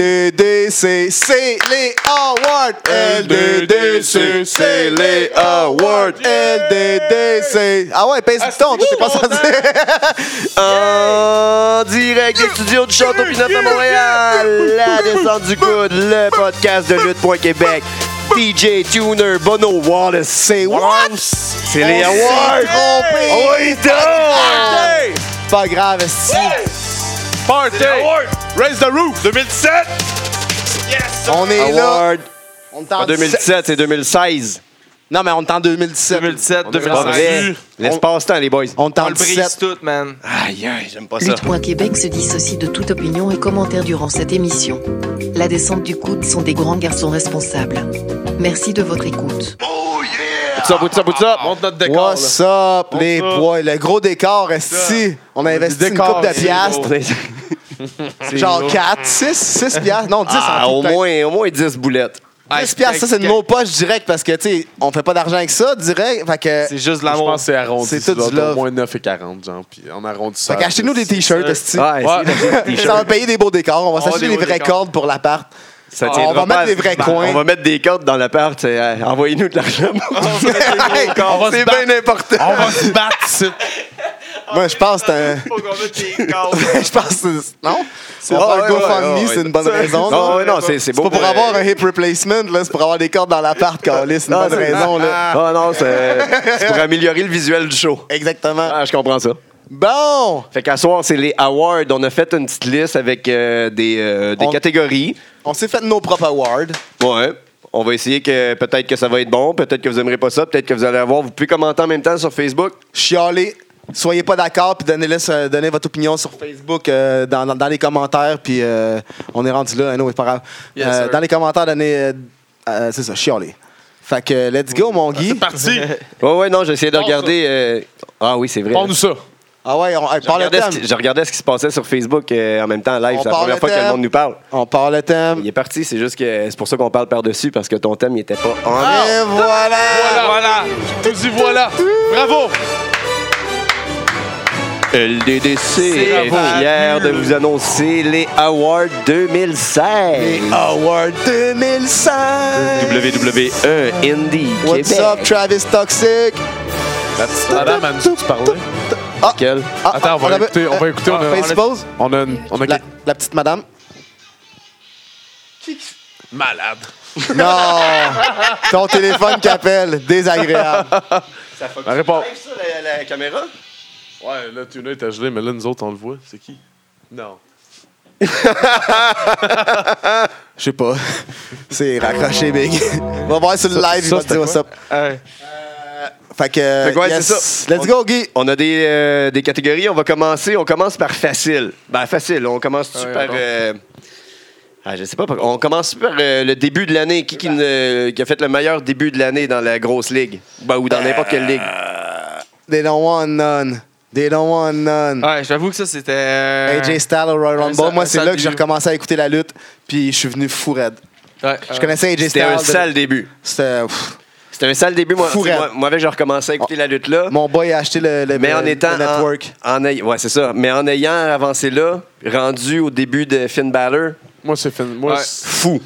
LDDC, c'est les awards. LDDC, c'est les awards. LDDC. Ah ouais, pèse le ton, je sais pas ça En direct des studios du Château Pinot à Montréal, la descente du coude, le podcast de lutte.québec. DJ Tuner, Bono Wallace, c'est Wallace. C'est les awards. trompé. Oui, donc. Pas grave, si. Party! Raise the roof! 2017! On est là. Award. On est Pas en 2017, c'est 2016. Non, mais on est en 2017. 2007, C'est pas 2007. vrai. L'espace-temps, les boys. On est On en le brise 17. tout, man. Aïe, aïe, j'aime pas ça. Lutte.Québec se dissocie de toute opinion et commentaire durant cette émission. La descente du coude sont des grands garçons responsables. Merci de votre écoute. Bout ça, bout ça, bout ça. Monte notre décor, là. What's up, les What's up? boys? Le gros décor, esti. On a investi une coupe de c'est piastres. On est- Genre 4, 6, 6 piastres. Non, 10 Ah, en au tout. peut-être. moins, au moins 10 boulettes. 10 piastres, ça, c'est de nos poches direct parce que, tu sais, on fait pas d'argent avec ça, direct. Fait que. C'est juste de Je l'amour. pense que c'est arrondi. C'est ça tout du doit être love. Au moins 9 et 40, genre. Puis on arrondit ça. Fait qu'achetez-nous des t-shirts, esti. Ouais, Ouais. Ça va payer des beaux décors. On va On va s'acheter des des beaux vraies décors. cordes pour l'appart. Ça On tiendra va pas mettre à- des vrais Ben, coins. On va mettre des cordes dans l'appart. c'est, euh, Envoyez-nous de l'argent. va C'est se battre. bien important. On va se battre, c'est. Moi, je pense que c'est un- Faut qu'on mette des cordes. Je pense que c'est- Non? C'est Ah, pas un ouais, GoFundMe, ouais, ouais, c'est ouais. une bonne raison. Non, là. ouais, non, c'est c'est C'est beau. pas pour avoir un hip replacement, là, c'est pour avoir des cordes dans l'appart, Carlis. C'est une Ah, bonne c'est- raison, là. Ah non, c'est c'est pour améliorer le visuel du show. Exactement. Ah, je comprends ça. Bon! Fait qu'à soir, c'est les awards. On a fait une petite liste avec euh, des, euh, des On- catégories. On s'est fait nos propres awards. Ouais. On va essayer que peut-être que ça va être bon, peut-être que vous aimerez pas ça, peut-être que vous allez avoir. Vous pouvez commenter en même temps sur Facebook. Chialer. Soyez pas d'accord, puis donnez, donnez votre opinion sur Facebook euh, dans, dans- dans les commentaires, puis euh, on est rendu là, hein, non, c'est pas grave. Yes, Euh, sir. dans les commentaires, donnez. euh, euh, c'est ça, chialer. Fait que euh, let's go, mon Guy. Parti! Ouais, ouais, non, j'ai essayé de Bon, ça. regarder. euh, Ah oui, c'est vrai. Prends-nous ça. Ah ouais, on, hey, Je parle le regardais, thème. ce qui, je regardais ce qui se passait sur Facebook euh, en même temps en live. On C'est la parle première le fois que thème. le monde nous parle. On parle le Il thème. est parti, c'est juste que c'est pour ça qu'on parle par-dessus parce que ton thème il était pas en Et voilà! Ah! Voilà. Voilà. Nous y voilà. Bravo! LDDC C'est est fier de fabuleux. vous annoncer les Awards 2016. Award 2005! WWE E Indie What's Québec. up, Travis Toxic? Madame Anne, tu parlais? Quel- Ah, Attends, on va avait- écouter, on va euh, écouter, on a- Face on a- pause? On a une. On a La, quelqu'un- la petite madame. Malade. Non! Ton téléphone qui appelle. Désagréable. La réponse. ça, la, caméra? Ouais, là, Tuna était gelé, mais là, nous autres, on le voit. C'est qui? Non. Je sais pas. C'est raccroché, Big. On va voir sur le live, il Oh. ça, va te c'était dire what's up. Euh, Hey. Fait que. Fait que ouais, yes. c'est ça. Let's go, Guy. On a des, euh, des catégories. On va commencer. On commence par facile. Ben, facile. On commence Ouais, par. attends. euh, ah, je sais pas. par- On commence par euh, le début de l'année. Qui, qui, Bah. ne- qui a fait le meilleur début de l'année dans la grosse ligue? Ben, ou Euh, dans n'importe quelle ligue. They don't want none. They don't want none. Ouais, j'avoue que ça, c'était. euh, AJ Styles au Royal un Rumble. sa- Moi, un c'est sale là que j'ai début. recommencé à écouter la lutte, puis je suis venu fou raide. Ouais, Je connaissais AJ C'était Styles. un de- sale début. C'était. pff, C'était un sale début. Moi, Fou raide. moi, moi, avec, j'ai recommencé à écouter la lutte là. Mon boy a acheté le, le, Mais en le- étant. le network. En, en ay- ouais, c'est ça. Mais en ayant avancé là, rendu au début de Finn Balor, Moi, c'est fini. Moi, Ouais. c'est- fou.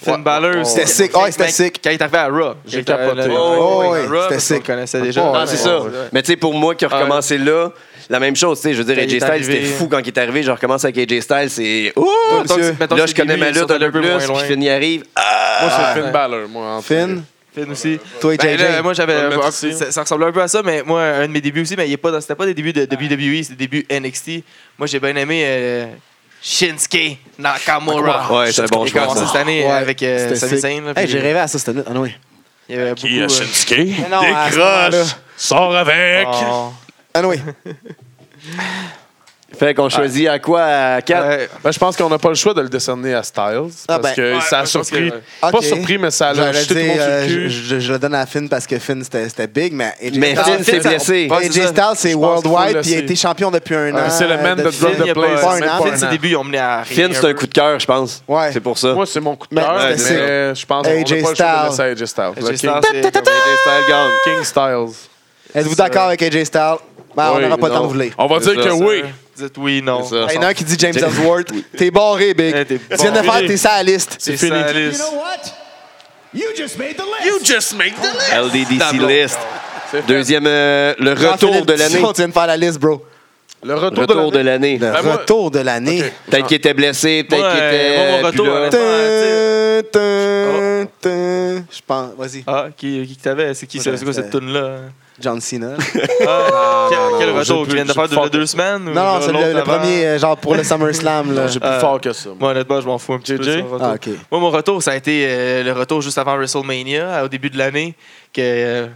Finn Balor. C'était sick. Ouais, c'était sick. Quand il est arrivé à Raw. J'ai capoté. Oh, ouais, c'était Raw, parce qu'on sick. le connaissait déjà. Ouais, Ah, c'est ça. Mais tu sais, pour moi qui a recommencé là, la même chose, tu sais, je veux dire, Quand il AJ est Styles, c'était arrivé. fou quand il est arrivé. Je recommence avec AJ Styles, c'est. Ouh! Toi, monsieur. Là, je connais ma lutte un peu plus, puis Finn y arrive. Ah! moi, c'est Finn Balor, moi. en fait. Finn, Finn aussi. toi et Ben, JJ. là, moi, On va j'avais. le mettre ici. Ça, ça ressemblait un peu à ça, mais moi, un de mes débuts aussi, mais il est pas dans- c'était pas des débuts de, Ah. de WWE, c'était des débuts NXT. Moi, j'ai bien aimé euh, Shinsuke Nakamura. Ouais, c'est un bon Il choix, a ça. commencé cette année Ah, Ouais, avec euh, c'était Sami sick. Zayn. là, Hey, puis j'ai rêvé à ça cette nuit. Ah, non, oui. Il y avait beaucoup. euh, Shinsuke? Mais non, à ce moment-là. Sors avec! oh. Ah, non, oui. Fait qu'on choisit à quoi à 4? Ouais. Ben, je pense qu'on n'a pas le choix de le décerner à Styles. Ah, parce ben. que Ouais, ça a je pense surpris. que- Ok. Pas surpris, mais ça a J'aurais jeté tout dit, le monde sur euh, le je, cul. je- je le donne à Finn parce que Finn, c'était c'était big, mais AJ Mais Styles- Finn s'est Finn, ça- blessé. Ouais, AJ c'est Styles, ça. c'est Je pense qu'il faut worldwide, le puis il a laisser. été champion depuis un Ouais, an. c'est le man euh, that depuis- dropped Finn, the il a place, pas- même pas Finn, un ses an. débuts, ils ont mené à. Finn, c'est un coup de cœur, je pense. Ouais. C'est pour ça. Moi, c'est mon coup de Mais- cœur, mais mais, c'est- je pense qu'on n'a AJ pas le choix Styles. de laisser AJ Styles. Le King, AJ Styles gagne. King Styles. Êtes-vous d'accord avec AJ Styles? Ben, on Oui, n'aura pas non. tant voulu. On va C'est dire ça, que ça. oui. euh, Dites oui, non. C'est ça. Il y en a un qui dit James James- Ellsworth. T'es barré, Big. Eh, t'es Tu viens de barré. faire, t'es ça à la liste. C'est fini. ça, Alice. You know what? You just made the list. just make the list. LDDC Tableau. List. C'est fait. Deuxième, euh, le retour Jean-Philippe de l'année. Dussault, Tu viens de faire la liste, bro. Le retour, Retour de l'année. Le Ben, moi- retour de l'année. Ok. Peut-être qu'il était blessé, peut-être Moi, qu'il était. euh, moi, mon plus retour, là. honnêtement, Tum, tum, tum. Je pense. Vas-y. Ah, qui, qui que t'avais? C'est qui? Moi, C'est c'est quoi j'avais- cette toune-là? John Cena. Ah, quel, quel non, retour? j'ai Qui vient de plus- faire j'ai de plus deux semaines? ou Non, non, c'est l'autre le, le avant? premier, euh, genre pour le SummerSlam. là. J'ai plus Euh, fort que ça. moi. Moi, honnêtement, je m'en fous un petit peu. JJ? de son retour. Ah, ok. Moi, mon retour, ça a été euh, le retour juste avant WrestleMania, euh, au début de l'année, que euh,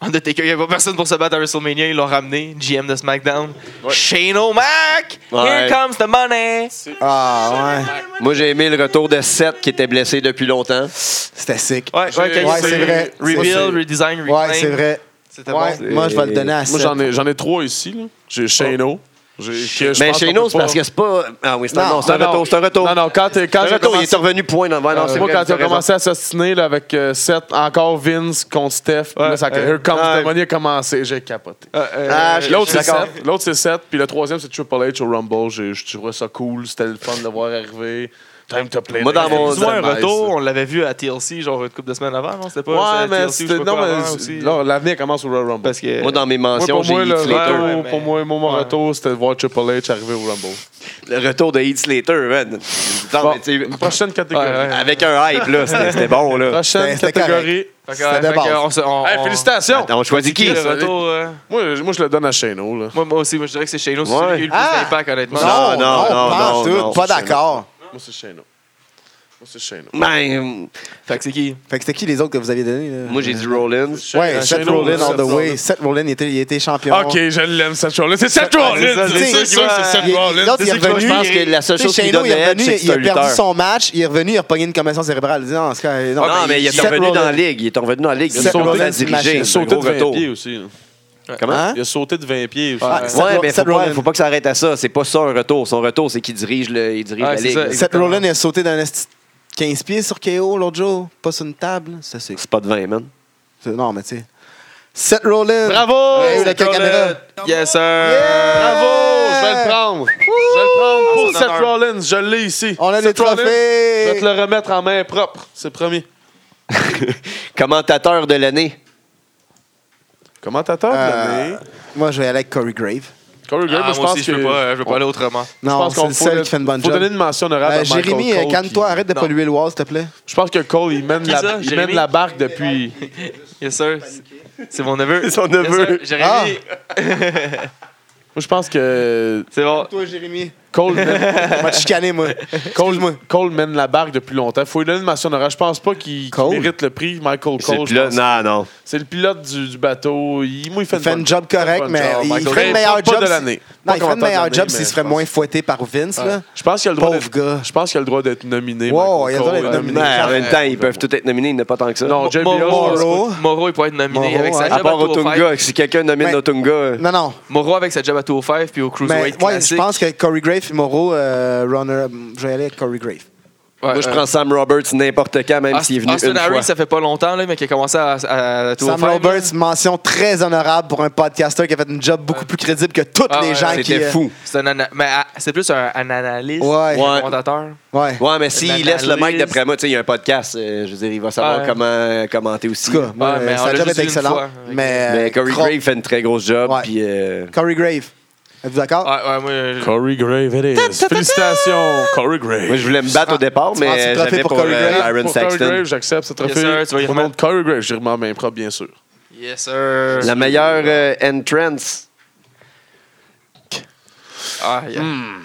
Undertaker, il n'y avait pas personne pour se battre à WrestleMania, ils l'ont ramené, GM de SmackDown. Ouais. Shane O'Mac! Ouais. Here comes the money! Ah, ouais. Moi, j'ai aimé le retour de Seth qui était blessé depuis longtemps. C'était sick. Ouais, J'ai- ouais, quand il ouais, s'est c'est vrai. Ça, Rebuild, c'est- redesign, reclaim. Ouais, c'est vrai. C'était Ouais, bon. moi, je vais le donner à Moi, Seth. j'en ai, j'en ai trois ici. là. J'ai Shano. J'ai- que je Mais pense chez qu'on nous, peut c'est pas- parce que c'est pas. Ah oui, c'est un, Non, non, c'est un non, retour. C'est un retour. Non, non, quand, t'es- quand C'est un j'ai retour, il commencé, est revenu point. Non, ouais, non, c'est Ah, moi, vrai, quand t'as j'ai raison. commencé à s'ostiner là, avec euh, Seth, encore Vince contre Steph, puis là, ça Ouais. Here Comes Ouais. the Money a commencé, j'ai capoté. Ah, euh, Ah, je- L'autre, suis c'est d'accord. Seth. L'autre, c'est Seth. Puis le troisième, c'est Triple H au Rumble. J'ai- Je trouvais ça cool. C'était le fun de le voir arriver. Time to play. Moi, dans mon- Ils ont un Nice. retour, on l'avait vu à TLC, genre une couple de semaines avant, non? C'était pas Ouais, c'était à mais TLC, ou je sais c'était- pas non, quoi avant mais aussi. là, l'avenir commence au Royal Rumble. Parce que, Moi, dans mes Moi, mentions, pour j'ai moi, le Heath Slater. retour, mais- pour moi, mon mon Ouais. retour, c'était de voir Triple H arriver au Rumble. Le retour de Heath Slater, man. Attends, Bon, Ah, mais tu sais, prochaine catégorie. Ouais, ouais. Avec un hype, là, c'était Ben, c'était bon, là. Prochaine C'était- c'était catégorie. Fait que, C'était ouais, de fait base. que, on se- on- Hey, on- félicitations! Attends, On choisit qui? Le retour, euh, Moi, je- moi, je le donne à Shano. Là. moi, moi aussi, moi, je dirais que c'est Shane aussi, Ouais. celui qui a eu le plus Ah! d'impact, honnêtement. Non, non, non, pas non, tout, non, pas c'est d'accord. Moi, c'est Shano. Moi, c'est Shano. Ben, Fait que c'est qui? Fait que c'était qui les autres que vous aviez donné? là? moi, j'ai dit Rollins. Ouais, Shane- Seth Shane Rollins all Rollins, the Seth way. Rollins. Seth Rollins, il était, il était champion. Ok, je l'aime, Seth Rollins. C'est Seth Rollins! c'est C'est ça, sûr que c'est Il- Seth il- Rollins. l'autre, C'est il est sûr que revenu, Je pense que la seule Tu sais, chose qui lui Shane O, donne il de est edge, revenu, c'est que il c'est a un perdu lutteur. son match, il est revenu, il a repogné une commotion cérébrale. Il dit, Non, en ce cas, non. Non, mais il est Seth revenu dans Rollins. la ligue. Il est revenu dans la ligue. Il Seth est revenu à Rollins, machine. diriger. Il a C'est un sauté gros de 20 retour. pieds aussi. là. Comment? Hein? Il a sauté de 20 pieds aussi. Ah, Seth Ouais, Ro- mais Seth faut pas, Rollins. faut pas que ça arrête à ça. C'est pas ça un retour. Son retour, c'est qu'il dirige, le, il dirige Ouais, la c'est ligue. ça. là. Seth Rollins, il a sauté d'un esti- 15 pieds sur KO l'autre jour, pas sur une table. Ça, c'est. C'est pas de 20, man. c'est- Non, mais tu sais. Seth Rollins! Bravo! Ouais, Je ou la caméra. Yes, sir! Yeah! Bravo! vais le prendre. Je vais le prendre pour Ah, Seth honneur. Rollins. Je l'ai ici. On a des Seth Rollins, Je vais te trophées! le remettre en main propre. C'est promis. Commentateur de l'année. Commentateur de Euh, l'année. Moi, je vais aller avec Corey Grave. Corey Grave, Ah, je moi pense aussi, je que- veux pas, je veux pas aller autrement. Je Non, pense c'est qu'on le faut seul don- qui fait une bonne faut donner job. une mention honorable à Euh, Michael Jérémy, Cole euh, qui- calme-toi, arrête de Non. polluer le wall, s'il te plaît. Je pense que Cole, il mène, Qui ça, la, il Jérémy? mène la barque depuis. Yes, sir. C'est mon neveu. C'est son Yes, neveu. sir. Jérémy. Ah. Moi, je pense que C'est bon. Toi, Jérémy. Cole mène, On va te chicaner, moi. Cole, Cole mène la barque depuis longtemps. Faut lui donner une mention honorable. Je pense pas qu'il qu'il Cole? mérite le prix. Michael C'est le Cole, je pilote. pense. Non, non. c'est le pilote du, du bateau. Il, moi, il fait, Il fait bonne- un job correct, bonne mais job, il Michael ferait Cole. le meilleur Pas job. de si- Non, il ferait l'année. Pas le commentateur de meilleur l'année, job s'il mais se ferait je pense- moins fouetté par Vince, là. Je pense qu'il a le droit Pauvre d'être- gars. Je pense qu'il a le droit d'être nominé. Wow, il Michael a le droit Cole, d'être euh, nominé. Mais en même temps, ils Michael peuvent tout être nominés. Il n'y en a pas tant que ça. Non, JBL, Moreau. Moreau. Moreau, il pourrait être nominé Moreau, avec sa ouais. À job à part 205. Otunga, si quelqu'un nomine Mais- Otunga. euh, Non, non. Moreau avec sa job à 205 puis au Mais Cruiserweight ouais, je Classic. pense que Corey Grave et Moreau, euh, runner, je vais aller avec Corey Grave. Ouais, Moi, je euh, prends Sam Roberts n'importe quand, même Austin s'il est venu Ah, Austin une Harris, fois. ça fait pas longtemps, là, mais qui a commencé à, à, à 205. Sam Roberts, mention très honorable pour un podcaster qui a fait une job beaucoup plus crédible que tous Ah les ouais, gens qui. C'était euh, fou. C'est un ana- mais, ah, c'est plus un, un analyste, Ouais. un Ouais. commentateur. Ouais. Ouais, mais s'il laisse L'analyse. le mic d'après moi, tu sais, il y a un podcast, euh, je veux dire, il va savoir Ouais. comment euh, commenter aussi. En tout cas, moi, Ouais, mais euh, on sa l'a job juste est vu une fois. excellente. Mais, euh, Mais Corey Cro- Grave fait une très grosse job, Ouais. puis euh, Corey Grave. Êtes-vous d'accord? Ouais, ouais, moi, je- Corey Grave, it is. Félicitations, Corey Grave. moi je voulais me battre au départ, tu prends ce mais trophée j'avais pour pour, Corey euh, Grave? Aaron Pour Corey Saxton. Grave, j'accepte ce Yes, trophée. sir, tu vas y Pour remettre. mon Corey Grave, j'y remets en main propre, bien sûr. Yes, sir. La meilleure euh, entrance. Ah, yeah. Euh,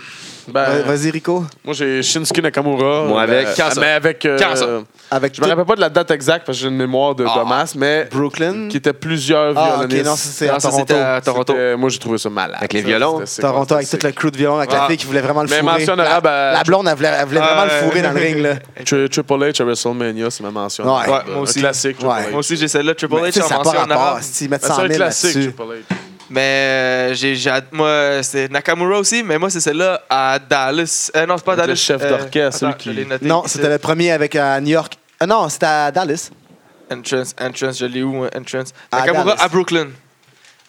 Ben, Vas-y, Rico. moi, j'ai Shinsuke Nakamura. Moi, avec. Euh, Quand ça? mais avec. euh, Quand ça? Avec Je me rappelle pas de la date exacte parce que j'ai une mémoire de, de Ah. masse, mais Brooklyn. qui était plusieurs Ah, ok, violonistes. non, ça, c'est Non, à ça, Toronto. c'était Ah, à Toronto. C'était- Moi, j'ai trouvé ça malade. Avec les violons. C'était- c'est- Toronto avec c'est- tout le crew de violon, avec la Ah. fille qui voulait vraiment le Mais fourrer. mention la, honorable à- la blonde, elle voulait, elle voulait vraiment Ah, le fourrer ouais. dans le ring. Là. Tri- Triple H à WrestleMania, c'est ma mention. Ouais. Euh, Ouais, moi aussi. Un classique. Triple Ouais. H. Moi aussi, j'ai celle-là, Triple Mais, H tu sais, en ça n'a mention pas honorable. rapport. Si, mettre Ben, 100 C'est 000 un classique, là-dessus. Triple H. Mais euh, j'ai, j'ai hâte- moi, c'est Nakamura aussi, mais moi, c'est celle-là à Dallas. Euh, non, c'est pas à Avec Dallas. le chef euh, d'orchestre, celui attends, qui- je l'ai noté Non, ici. c'était le premier avec euh, New York. Ah non, c'était à Dallas. Entrance, entrance, je l'ai où, moi, entrance? À Nakamura Dallas. à Brooklyn.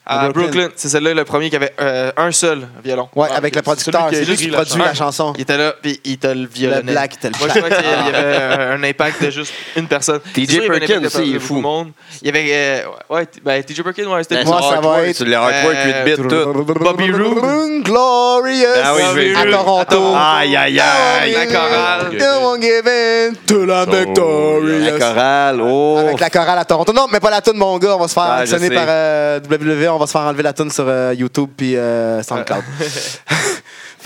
à Brooklyn. Brooklyn. C'est celle-là, le premier qui avait euh, un seul violon. Ouais, Ah, avec c'est le producteur, celui qui a c'est lui qui écrit la produit chanson. la chanson. Il était là, puis il te le Le violonnait. black, tel Moi, je crois qu'il y avait euh, un impact de juste une personne. TJ C'est sûr, il y avait un Perkins impact de aussi, il est beaucoup fou. de monde. Il y avait. euh, ouais, t- ben, TJ Perkins, ouais, c'était Ben, Moi, c'est ça va hardcore, être- C'est le hardwork Euh, 8 bits, tout. Bobby Roode. Glorious. Ah oui, je vais- à Toronto. Aïe, aïe, aïe. La chorale. They won't give in to la victorious. La chorale, oh. Avec la chorale à Toronto. Non, mais pas la toune, mon gars. On va se faire Ah, je actionner sais. par euh, WWE. On va se faire enlever la toune sur euh, YouTube puis euh, SoundCloud.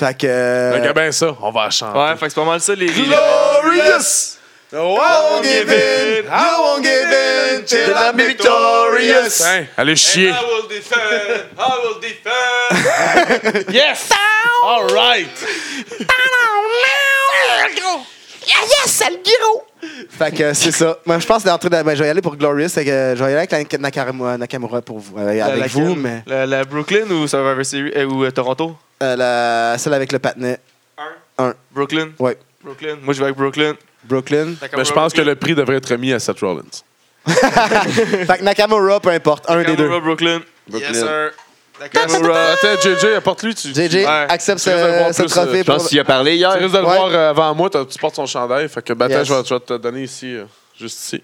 fait que. euh, Fait que ben ça, on va la chanter. Ouais, fait que c'est pas mal ça, les. les- Glorious! No, I won't give in, I won't give in till I'm victorious. Hein, allez chier. I will defend, I will defend. Yes! All right! Fait que euh, c'est ça. Moi, je pense que d'entrée de- ben, je vais y aller pour Glorious. Fait que euh, je vais y aller avec la Nak- Nakamura, Nakamura pour vous, euh, avec laquelle? vous, mais La, la Brooklyn ou Survivor Series euh, ou euh, Toronto? euh, la- celle avec le patinet. Brooklyn. Ouais. Brooklyn. Moi, je vais avec Brooklyn. Brooklyn. Mais Ben, je pense que le prix devrait être remis à Seth Rollins. Fait que Nakamura, peu importe, un des deux. Nakamura, Brooklyn. Brooklyn. Yes, sir. Nakamura. Euh, Attends, JJ, apporte-lui. Tu, JJ, tu- Ouais. accepte Tu risques de ce, voir ce plus, trophée euh, Je pense pour- qu'il a parlé tu hier. risques de le Ouais. voir euh, avant moi, t'as- tu portes son chandail. Fait que, ben, attends, Yes. je, vais, je vais te le donner ici, euh, juste ici.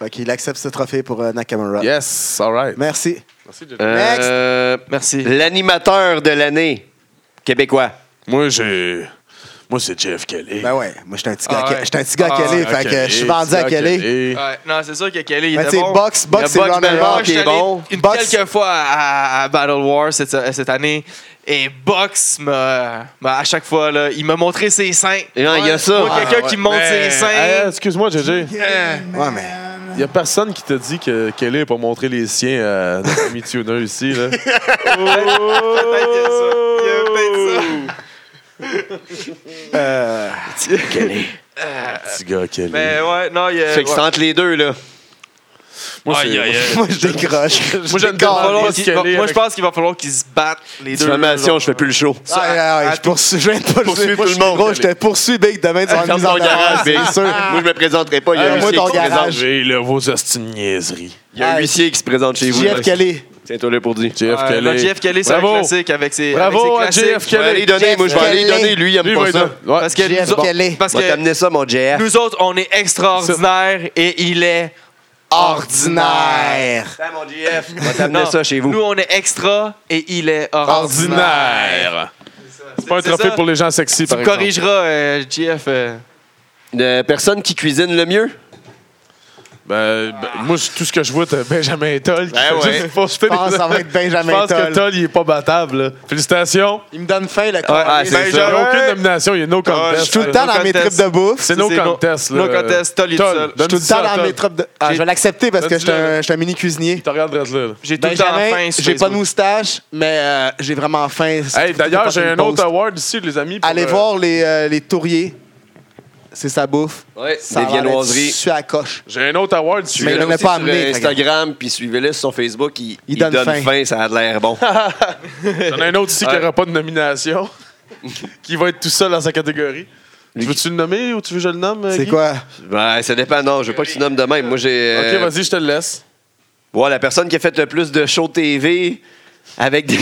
Fait qu'il accepte ce trophée pour euh, Nakamura. Yes, all right. Merci. Merci, JJ. Euh, Merci. L'animateur de l'année québécois. Moi, j'ai. Moi, c'est Jeff Kelly. Ben ouais, moi j'étais un petit gars, Ah à- ouais. j'étais un petit gars à Ah Kelly, ouais, fait que je suis Kelly, vendu à Jeff Kelly. Ouais, non, c'est sûr que Kelly il Ben, Mais tu était sais, bon. box, Il y a box, c'est Box Benoit runner-up. qui J'étais est allé bon. Une Box- quelques fois à, à Battle War cette, cette année. Et Box, m'a, m'a- à chaque fois, là, il m'a montré ses seins. Et non, il y a ça. Moi, Ah, quelqu'un qui me montre Mais- ses seins. Hey, Euh, Excuse-moi, JJ. Ouais, mais. Il n'y a personne qui t'a dit que Kelly n'a pas montré les siens à notre ami Tuner ici. Là. Peut-être qu'il y a ça. Il y a peut-être ça. euh, Kelly. Petit gars, Kelly. Mais ouais, non, il y a. Fait que c'est ouais. entre les deux, là. Moi, Aïe, aïe, aïe. Moi je décroche. Moi, décroche. j'aime bien. Moi, Parce je qu'elle est moi, je avec- pense qu'il va falloir qu'ils se battent les deux. Diffamation, là, je fais plus le show. Ah, ah, ah, je poursuis, je viens de poursuivre Poursuivre Moi, tout je- le monde, gros, je te Kelly. Ah, poursuis, Big, demain, tu vas en Ferme mise en ton garage, garage, Big. c'est sûr. Moi, je me présenterai pas. Il y a un Ferme-moi huissier ton qui se garage. présente. J'ai là, vos hosties de niaiseries. Il y a un Ah, huissier qui se présente chez vous. JF Kelly. Tiens-toi là pour dire. Jeff Ouais, Kelly. là, JF Kelly, c'est un Bravo. classique avec ses. Bravo à avec ses classiques. JF Je vais aller Kelly. y donner. Moi, je vais Jeff aller y Kelly. donner. Lui, il aime Lui, il pas va ça. être là. Ouais. Parce que, JF nous, autres- Kelly. parce Je vais que t'amener ça, mon JF. nous autres, on est extraordinaires et il est Ordinaire. Tiens, mon JF. Je vais t'amener Non, ça chez Nous, vous. on est extra et il est ordinaire. Ordinaire. C'est pas un C'est trophée ça. pour les gens sexy, Tu par me exemple. corrigeras, euh, JF. euh. De personne qui cuisine le mieux. Ben, ben, moi, je- tout ce que je vois, t'as Benjamin Toll. qui Ben fait ouais. juste poster Je pense des- que ça va être Je Benjamin pense Toll. que Toll, il est pas battable. là. Félicitations. Il me donne faim, le ah, Ben, c'est Il n'y ça. a aucune Ouais. nomination, il y a no Je contest. suis tout le temps dans mes contest. tripes de bouffe. C'est no C'est no- contest. no là. contest, Toll, il est tout seul. Je suis tout le donne-lui ça, temps dans Toll. mes tripes de. Ah, J'ai- je vais l'accepter parce que je suis un- je suis un mini cuisinier. Il te regarde drette là. là. J'ai tout le temps faim Benjamin, sur j'ai pas de Facebook. moustache, mais euh, j'ai vraiment faim. Hey, d'ailleurs, j'ai un autre Post. award ici, les amis. pour, Allez euh, voir les, euh, les touriers. C'est sa bouffe. Ouais, Ça des a l'air d'être viennoiseries. sur la coche. J'ai un autre award ici. Mais Suivez-le il l'a aussi pas sur amené, fait que- Instagram, puis suivez-le sur son Facebook. Il, il donne donne, faim. faim. ça a l'air bon. J'en ai un autre ici qui Ouais. n'aura pas de nomination. qui va être tout seul dans sa catégorie. Tu veux-tu le nommer ou tu veux que je le nomme? euh, C'est Guy? quoi? ben, ça dépend. Non, je veux pas que tu nommes de même. Moi, j'ai. Ok, euh, vas-y, je te le laisse. ouais, la personne qui a fait le plus de shows TV avec des.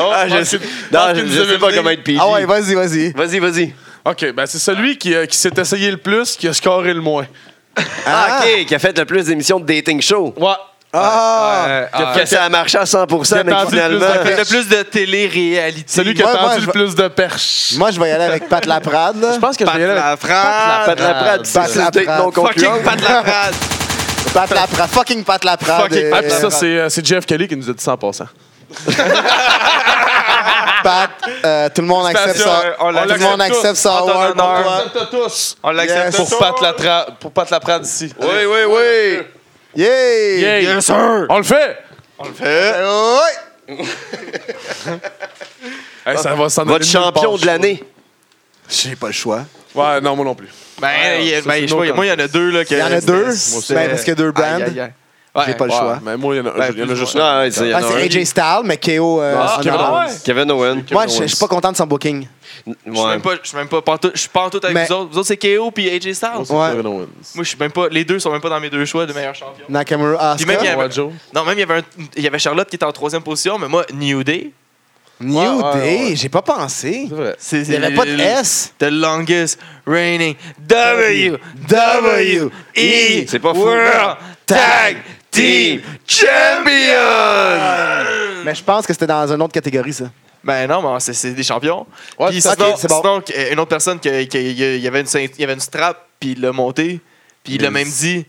ah, je sais, non, que je, vous je avez sais pas le comment être PG. Ah ouais, vas-y, vas-y. Vas-y, vas-y. Ok, ben c'est celui qui, euh, qui s'est essayé le plus, qui a scoré le moins. Ah, ok, qui a fait le plus d'émissions de dating show. Ouais. Ah! Euh, Que ah, ça a marché à 100 Qui a mais tendu finalement. plus Le plus de télé-réalité. Celui qui a Moi, moi, tendu je le vais- plus de perches. Moi, je vais y aller avec Pat Laprade. là. Je pense que je Pat vais y aller avec- Lafrance. Pas de la prade, Pat c'est c'est Laprade. peut-être non concluant. Fucking Pat Lafrance. Pat Laprade. Fucking Pat Laprade. Fucking Ah, Pat puis ça, c'est euh, c'est Jeff Kelly qui nous a dit ça en passant. Pat, euh, tout le monde accepte Félicitations, ça. euh, Tout on le l'accepte monde tous. accepte ça. En ton Howard, pour honneur. toi. Accepte tous. On l'accepte Pour tous. Pat Latra- pour Pat Laprade ici. Oui, oui, oui. Yay! Yay. Yes, sir. On le fait! Euh, ouais. Hey, ça va s'en aller Votre nulle part, champion je de l'année. J'ai pas le choix. trouve. Ouais, non, moi non plus. Ben, il y a- ça, ben, c'est je no sais pas, moi, il y en a deux. Là, que- Il y en a deux. aussi. Ben, parce qu'il y a deux Aïe, brands. aïe, aïe. J'ai pas le Ouais, choix. Mais moi, il y en a, Ouais, il y en a plus, juste ouais. un. Ben, Non, Ah, ouais, c'est- il y en Ouais, a Ah, c'est un. AJ Styles, mais KO. euh, Ah, en Kevin avance. Owens. Kevin Owen. Moi, je je suis pas content de son booking. Je suis Ouais. même pas, je suis même pas, pantoute- je suis pas en tout avec Mais- vous autres. Vous autres, c'est KO puis AJ Styles. Moi, c'est Ouais. Kevin Owens. Moi, je suis même pas. Les deux sont même pas dans mes deux choix de meilleur champion. Nakamura Ah, Asuka. Puis même, il y avait, Ouais, Joe. non, même il y avait, un- il y avait Charlotte qui était en troisième position, mais moi, New Day, New Ouais, ouais, Day, ouais. j'ai pas pensé. C'est vrai. c'est. Il n'y avait pas de S. The longest reigning W. W-E. C'est pas fou. World Tag Team Champion! Mais je pense que c'était dans une autre catégorie, ça. Ben non, mais c'est- c'est des champions. Ouais, puis c'est- sinon, ok, c'est bon. sinon, euh, une autre personne, qui, qui- il y avait une, ceint- il y avait une strap, puis il l'a montée, puis il l'a Miz. même dit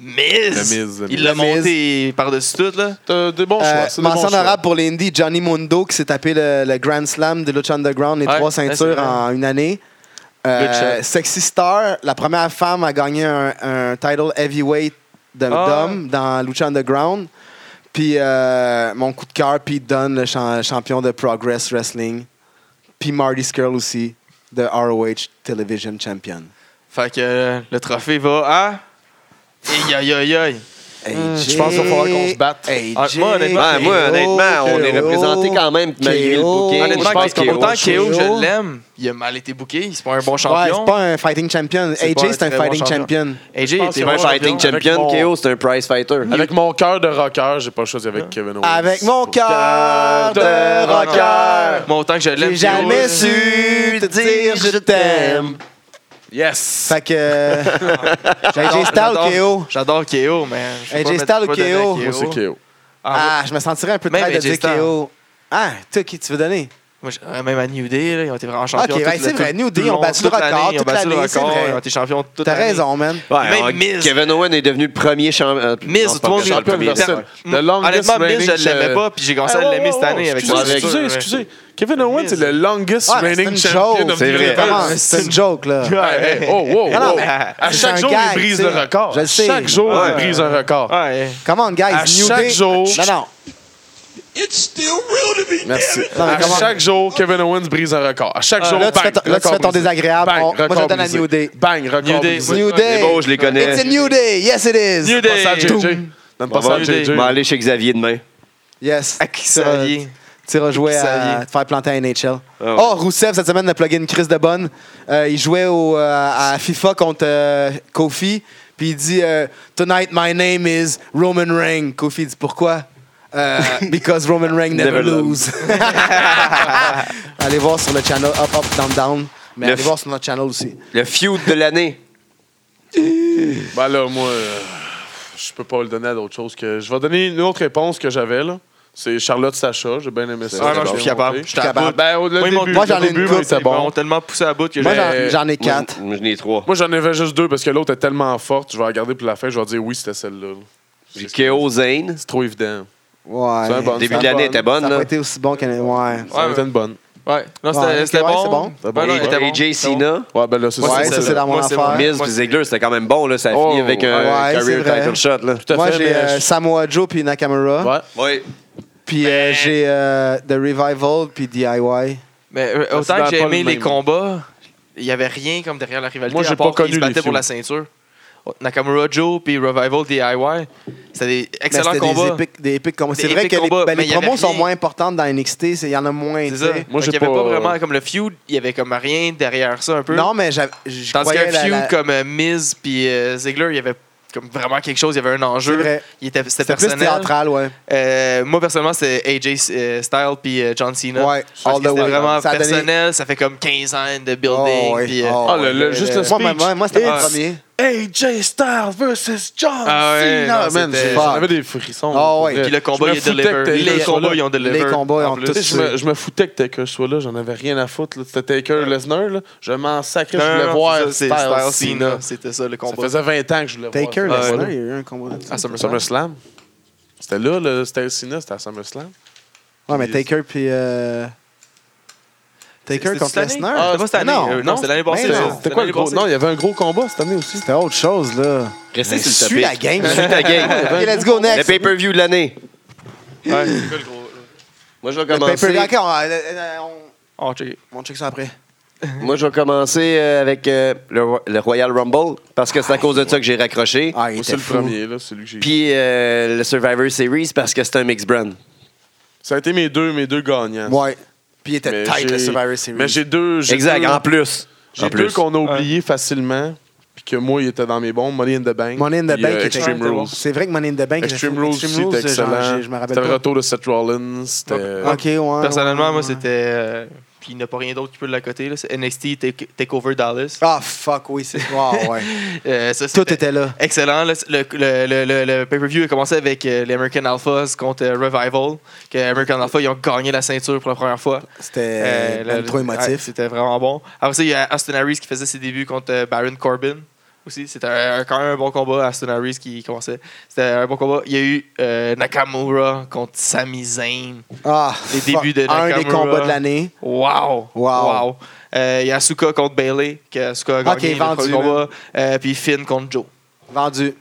Le Miz. Miz, le Il l'a Miz. monté par-dessus tout, là. T'as des bons Euh, choix. c'est des mention bons choix. honorable pour l'Indy, Johnny Mundo qui s'est tapé le, le Grand Slam de Lucha Underground, les Ouais, trois ouais, c'est ceintures vrai. en une année. Euh, Lucha. Sexy Star, la première femme à gagner un, un title heavyweight de Ah. d'homme dans Lucha Underground. Puis euh, mon coup de cœur, Pete Dunne, le cha- champion de Progress Wrestling. Puis Marty Skrull aussi, de ROH Television Champion. Fait que euh, le trophée va à. Aïe, aïe, aïe, aïe. AJ, Je pense qu'il va falloir qu'on se batte. AJ, Ah, moi, honnêtement, Ouais, moi, KO, honnêtement, on est KO, représenté quand même malgré le KO. booking. Honnêtement, Je pense K- que autant KO, KO, KO. je l'aime, il a mal été booké, c'est pas un bon Ouais, champion. c'est pas un fighting champion. C'est AJ, pas un c'est un très bon fighting champion. AJ Je pense était qu'il va un bon être fighting champion. avec champion, mon- KO, c'est un prize fighter. Avec mon cœur de rocker, j'ai pas choisi avec Kevin Owens. Avec mon cœur Ah, de non, non. rocker, Moi, autant que je l'aime. j'ai jamais KO, su te dire je t'aime. Yes! Fait que euh, j'ai AJ Styles J'adore- ou KO. J'adore KO, mais. je peux AJ pas Styles mettre- ou pas donner à KO? Moi, c'est KO. Ah, Ah, je me sentirais un peu Même traître de AJ dire Styles. KO. Ah, toi qui tu veux donner? Moi, j'ai- euh, même à New Day, là, ils ont été vraiment champions. Ok, toute ouais, la- c'est vrai, tout- New Day, tout ils ont long- battu le toute l'année, record, Ils ont toute battu le l'année, c'est record, vrai. ils ont été champions toute T'as l'année. raison, man. Ouais, Même alors, Miz. Kevin Owen est devenu le premier champion. euh, Miz, non, c'est tout le pas monde vrai, est le champion premier. universel. Mm. The longest Honnêtement, Miz, je reigning, l'aimais euh, pas, puis j'ai commencé Ah, à wow, l'aimer cette wow, année avec excusez, ça. Excusez, Ouais. excusez. Kevin Owens Miz. est le longest Ouais, mais reigning c'est une champion joke. of C'est the vrai. universe. Vraiment, C'est une joke, là. Ouais, hey, Oh, wow, Ah non, wow. mais À c'est un chaque jour, gag, il brise tu le sais. record. Je le À sais. chaque jour, Ouais. il brise un record. Ouais. Come on, guys. À New chaque Day- jour- Non, non. Merci. Non, mais À comment- chaque jour, Kevin Owens brise un record. À chaque Ah, jour, là, tu bang, fais ton- là, tu record fais ton brisé. désagréable. Bang, On- moi, je record donne à brisé. New Day. Bang, New record Day. brisé. New Day. Les beaux, je les connais. It's a new day. Yes, it is. New Donne pas ça à Day. JJ. Donne On pas ça à va New Day. JJ. je vais aller chez Xavier demain. Yes. Euh, À qui ça vient? Tu rejouais à Xavier. te faire planter à NHL. Ah ouais. Oh, Rousseff, cette semaine, a plugué une crise de bonne. Euh, il jouait au, euh, à FIFA contre euh, Kofi. Puis il dit euh, Tonight, my name is Roman Reigns. Kofi dit Pourquoi Euh, Because Roman Reigns never, Never lose. allez voir sur le channel Up, Up, Down, Down. Mais Le allez f- voir sur notre channel aussi. Le feud de l'année. Ben là, moi, euh, je peux pas le donner à d'autres choses que. Je vais donner une autre réponse que j'avais, là. C'est Charlotte Sacha, j'ai bien aimé ça. Ouais, moi, je suis capable. Je suis capable. Ben, au le Moi, ils m'ont- début, moi, le j'en ai une début, couple, oui, Ils c'est bon. m'ont tellement poussé à bout que Moi, j'ai. j'en- j'en ai quatre. Moi, j'en ai trois. Moi, j'en avais juste deux parce que l'autre est tellement forte. Je vais la garder pour la fin. Je vais dire oui, c'était celle-là. là. J'ai KO Zane. C'est trop évident. Ouais. C'est un bon. Début c'est de l'année bonne. était Ça bonne. n'a là. pas été aussi bon qu'un. Ouais. Ça en était une bonne. Ouais. Non, Ouais, c'était c'était ok, ouais, bon. c'est bon. Ah C'est bon. Ouais, non, Et- c'était bon. Et Jay Cena. Ouais, ben là, c'est Ouais, ça. ça, c'est c'est là. dans mon Moi, c'est affaire. bon. Miz Moi, puis c'est- Ziggler, c'était quand même bon. Là. Ça a Oh, fini avec un ouais, c'est career vrai. title shot. Là. Tout à Moi, fait, j'ai mais euh, je- Samoa Joe puis Nakamura. Ouais. Ouais. Puis euh, j'ai euh, The Revival puis DIY. Mais euh, Ça, c'est autant dans que j'ai pas le aimé même. les combats, il n'y avait rien comme derrière la rivalité. Moi, j'ai à part pas qu'ils se connu les battaient pour films. la ceinture. Nakamura Joe puis Revival DIY, c'était des Mais excellents c'était combats. Des épiques, des épiques combats. Des C'est vrai épiques que les- combats, ben, mais les, il y avait promos sont rien. moins importantes dans NXT. c'est- Il y en a moins. C'est tu ça. sais. Moi, Fait j'ai qu'il y avait pas- pas vraiment comme le feud, il y avait comme rien derrière ça un peu. Non, mais j'a- je Tandis qu'un croyais la- feud la- comme euh, Miz puis euh, Ziggler, il y avait comme vraiment quelque chose, il y avait un C'est enjeu. vrai. Il était- C'était C'était plus personnel. théâtral, ouais. Euh, moi, personnellement, c'est AJ euh, Styles puis euh, John Cena. Ouais, Parce all que the c'était way. vraiment Ça a donné- personnel, ça fait comme 15 ans de building. Oh, ouais. puis, euh, Oh, Ah, le- le- ouais, juste le Moi, speech. moi, moi, c'était mon Ah. premier. AJ Styles versus John Ah ouais, Cena. non, man, c'était- j'en avais des frissons. Ah pour ouais. vrai. Puis le combat, Je me il est foutais deliver. que Taker Les soit combats, là. ils ont deliver. Les combats, ils ont en plus. tous- Tu sais, Je me, je me foutais que Taker soit là, j'en avais rien à foutre. là. C'était Taker Lesnar, là. je m'en sacrais, je Non, voulais non, voir c'est Styles ça, c'est Styles Cena. Cena. C'était ça, le Ça combat. faisait 20 ans que je voulais Taker, voir. Lesnar, ouais. il y a eu un combat. là-dessus. À SummerSlam. SummerSlam. C'était là, le Styles Cena, c'était à SummerSlam. Ouais, mais Taker puis. euh, Taker C'était-tu contre cette année? Lesnar. Ah, c'était pas cette année. Non, Euh, Non, c'était l'année passée. Mais ça. non. C'était quoi le l'année gros passée. Non, il y avait un gros combat cette année aussi. C'était autre chose, là. Restez Je sur suis le la topic. game. Suis la game. Ok, let's go Le next. pay-per-view de l'année. Ouais, c'est quoi le gros? Moi, je vais Le commencer. pay-per-view. Ok, on- euh, euh, Oh, check. on- on check ça après. Moi, je vais commencer euh, avec euh, le, Ro- le Royal Rumble parce que c'est à cause de ça que j'ai raccroché. Ah, il Moi, était c'est le fou. premier, là, celui que j'ai. Puis euh, le Survivor Series parce que c'est un mix brand. Ça a été mes deux, mes deux gagnants. Ouais. Puis il était Mais tight, le j'ai- Survivor Series. Mais j'ai deux. j'ai Exact, deux- en plus. En J'ai plus. deux qu'on a oubliés facilement, puis que moi, il était dans mes bons. Money in the Bank. Money in the puis, Bank euh, était- Extreme Ouais, Rules. C'est vrai que Money in the Bank. Extreme j'ai- Rules, c'était Extreme Rules, euh, genre, excellent. j'ai- Je me rappelle C'était le pas. retour de Seth Rollins. C'était. euh, Ok, ouais. Personnellement, ouais, moi, ouais. c'était. euh, puis il n'y a pas rien d'autre qui peut le côté. là. C'est NXT Take- Takeover Dallas. Ah, fuck, oui. c'est- Wow, ouais. Euh, ça, Tout c'était était là. Excellent. Le, le, le- le- le- le pay-per-view a commencé avec euh, les American Alphas contre euh, Revival. Que American Alpha, ils ont gagné la ceinture pour la première fois. C'était Euh, même le- trop ouais, émotif. C'était vraiment bon. Après ça, il y a Austin Harris qui faisait ses débuts contre euh, Baron Corbin aussi. C'était un- un- quand même un bon combat. Austin Harris qui commençait. C'était un bon combat. Il y a eu euh, Nakamura contre Sami Zayn. Ah, Les fuck. débuts de Un des Nakamura. combats de l'année. Wow! Wow. Wow! Euh, Il y a Asuka contre Bailey, que Asuka a Ah, gagné qui est le vendu, premier combat. Euh, puis Finn contre Joe. Vendu.